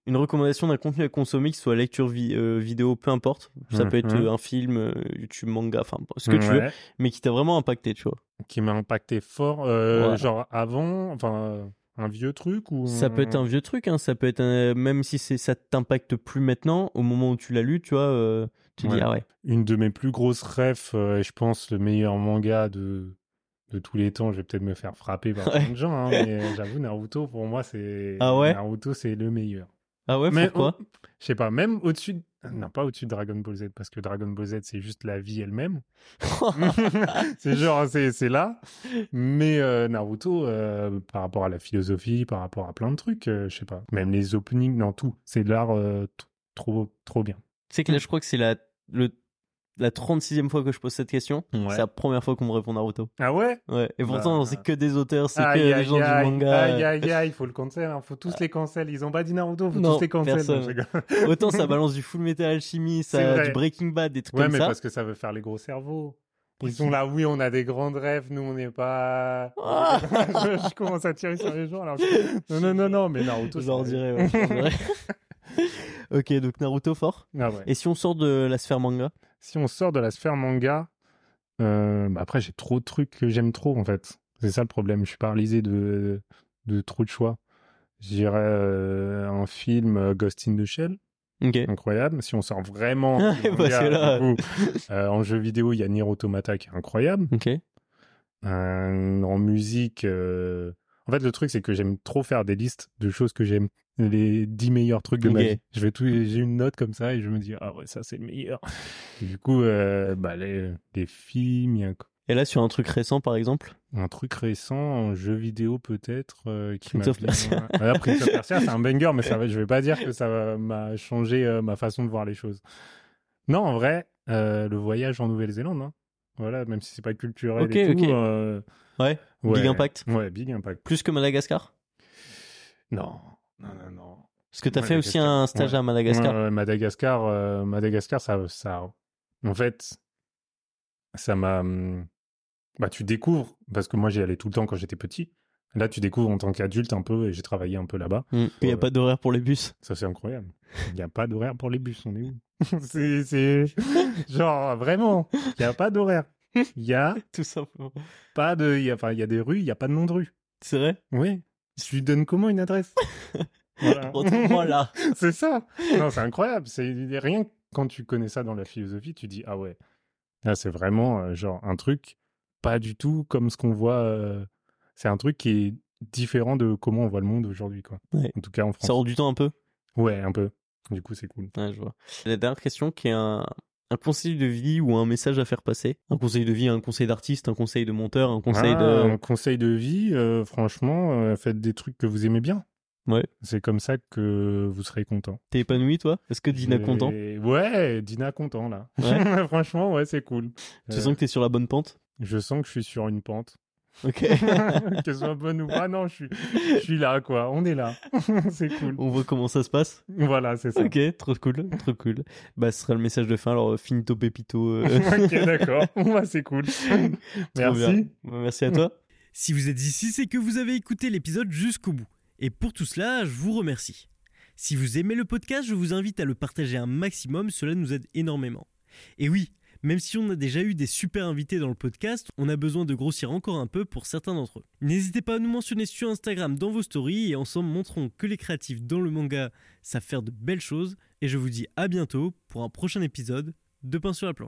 B: une recommandation d'un contenu à consommer, que ce soit lecture vi- euh, vidéo, peu importe. Ça peut être
A: Mhm.
B: euh, un film, euh, YouTube, manga, enfin, ce que tu veux,
A: Ouais.
B: mais qui t'a vraiment impacté, tu vois.
A: Qui m'a impacté fort, euh,
B: Ouais.
A: genre avant, enfin euh, un vieux truc ou
B: Ça peut être un vieux truc, hein, ça peut être un- même si c'est ça t'impacte plus maintenant, au moment où tu l'as lu, tu vois, euh, tu dis
A: Ouais.
B: ah ouais.
A: une de mes plus grosses refs, euh, et je pense le meilleur manga de, de de tous les temps, je vais peut-être me faire frapper par plein de gens, hein, mais j'avoue, Naruto, pour moi, c'est.
B: Ah ouais
A: Naruto, c'est le meilleur.
B: Ah ouais,
A: Mais
B: pourquoi
A: on- Je sais pas, même au-dessus. de- ah Non, pas au-dessus de Dragon Ball Z, parce que Dragon Ball Z, c'est juste la vie elle-même. c'est genre, c'est c'est là. Mais euh, Naruto, euh, par rapport à la philosophie, par rapport à plein de trucs, euh, je sais pas. Même les openings, non, tout. C'est de l'art euh, t- trop, trop bien.
B: Tu sais que là, je crois que c'est la, le, la 36e fois que je pose cette question.
A: Ouais.
B: C'est la première fois qu'on me répond Naruto.
A: Ah ouais
B: Ouais. Et pourtant,
A: Bah.
B: c'est que des auteurs, c'est que
A: Aïe,
B: des
A: aïe,
B: gens
A: aïe,
B: du manga.
A: Aïe, aïe, aïe, faut le cancel, hein, faut tous les cancel. Ils ont pas dit Naruto, faut
B: Non,
A: tous les cancel.
B: personne.
A: je rigole.
B: Autant ça balance du Full Metal Alchemy,
A: C'est
B: ça
A: vrai.
B: du Breaking Bad, des trucs
A: Ouais,
B: comme
A: mais
B: ça.
A: parce que ça veut faire les gros cerveaux. Ils sont là, oui, on a des grandes rêves, nous, on n'est pas.
B: Ah
A: je, je commence à tirer sur les gens. Alors que- Non, non, non, non, mais Naruto.
B: je leur
A: c'est-
B: dirais. ouais, je leur dirais. ok, donc Naruto fort.
A: Ah ouais.
B: Et si on sort de la sphère manga
A: Si on sort de la sphère manga, euh, bah après, j'ai trop de trucs que j'aime trop, en fait. C'est ça le problème. Je suis paralysé de, de trop de choix. J'irais euh, un film euh, Ghost in the Shell,
B: Ok.
A: incroyable. Si on sort vraiment.
B: Ouais,
A: du
B: parce que là-
A: du coup, euh, en jeu vidéo, il y a Nier Automata qui est incroyable.
B: Ok.
A: Euh, en musique. euh, En fait, le truc, c'est que j'aime trop faire des listes de choses que j'aime. Les 10 meilleurs trucs de ma
B: Ok.
A: vie. Je vais tout, j'ai une note comme ça et je me dis, ah ouais, ça c'est le meilleur. du coup, euh, bah, les, les films, il y a un-
B: Et là, sur un truc récent, par exemple
A: un truc récent, en jeu vidéo peut-être, euh, qui m'a
B: Prince of
A: bien-
B: Persia.
A: Ouais, Ah, Prince of Persia, c'est un banger, mais ça va, je vais pas dire que ça va- m'a changé euh, ma façon de voir les choses. Non, en vrai, euh, le voyage en Nouvelle-Zélande, hein. voilà, même si c'est pas culturel et
B: Ok,
A: tout,
B: ok.
A: euh,
B: Ouais. Big Impact
A: Ouais, Big Impact.
B: Plus que Madagascar
A: Non, non, non, non.
B: Parce que t'as fait aussi un stage
A: Ouais.
B: à Madagascar.
A: Ouais, ouais, Madagascar, euh, Madagascar, ça, ça, en fait, ça m'a, hum, bah, tu découvres, parce que moi j'y allais tout le temps quand j'étais petit. Là, tu découvres en tant qu'adulte un peu, et j'ai travaillé un peu là-bas.
B: Mm. Il n'y a
A: Ouais.
B: pas d'horaire pour les bus.
A: Ça, c'est incroyable. Il n'y a pas d'horaire pour les bus, on est où C'est, c'est- genre vraiment, il n'y a pas d'horaire. Il y a
B: Tout simplement.
A: pas de, il y a- enfin, il y a des rues, il n'y a pas de nom de rue.
B: C'est vrai
A: Oui. Tu lui donnes comment une adresse Voilà.
B: Retrouve-moi là.
A: C'est ça. Non, c'est incroyable. C'est rien que quand tu connais ça dans la philosophie, tu dis ah ouais. Là, c'est vraiment euh, genre un truc pas du tout comme ce qu'on voit. euh, C'est un truc qui est différent de comment on voit le monde aujourd'hui, quoi.
B: Ouais.
A: En tout cas en France.
B: Ça rend du temps un peu
A: Ouais, un peu. Du coup, c'est cool.
B: Ouais, je vois. La dernière question qui est un, un conseil de vie ou un message à faire passer. Un conseil de vie, un conseil d'artiste, un conseil de monteur, un conseil
A: Ah,
B: de...
A: un conseil de vie. euh, franchement, euh, faites des trucs que vous aimez bien.
B: Ouais.
A: C'est comme ça que vous serez content.
B: T'es épanoui toi Est-ce que Dina
A: Et-
B: content
A: Ouais, Dina content là.
B: Ouais.
A: franchement, ouais, c'est cool.
B: Tu
A: Euh,
B: sens que t'es sur la bonne pente
A: Je sens que je suis sur une pente.
B: Ok.
A: que ce soit bonne ou pas, non, je suis, je suis là, quoi. On est là. c'est cool.
B: On voit comment ça se passe.
A: Voilà, c'est ça.
B: Ok, trop cool, trop cool. Bah, ce sera le message de fin. Alors, euh, finito pepito. euh,
A: ok, d'accord. Bah, c'est cool.
B: trop bien.
A: Merci.
B: Bah, merci à toi.
C: Si vous êtes ici, c'est que vous avez écouté l'épisode jusqu'au bout. Et pour tout cela, je vous remercie. Si vous aimez le podcast, je vous invite à le partager un maximum, cela nous aide énormément. Et oui, même si on a déjà eu des super invités dans le podcast, on a besoin de grossir encore un peu pour certains d'entre eux. N'hésitez pas à nous mentionner sur Instagram dans vos stories et ensemble montrons que les créatifs dans le manga savent faire de belles choses. Et je vous dis à bientôt pour un prochain épisode de Pain sur la planche.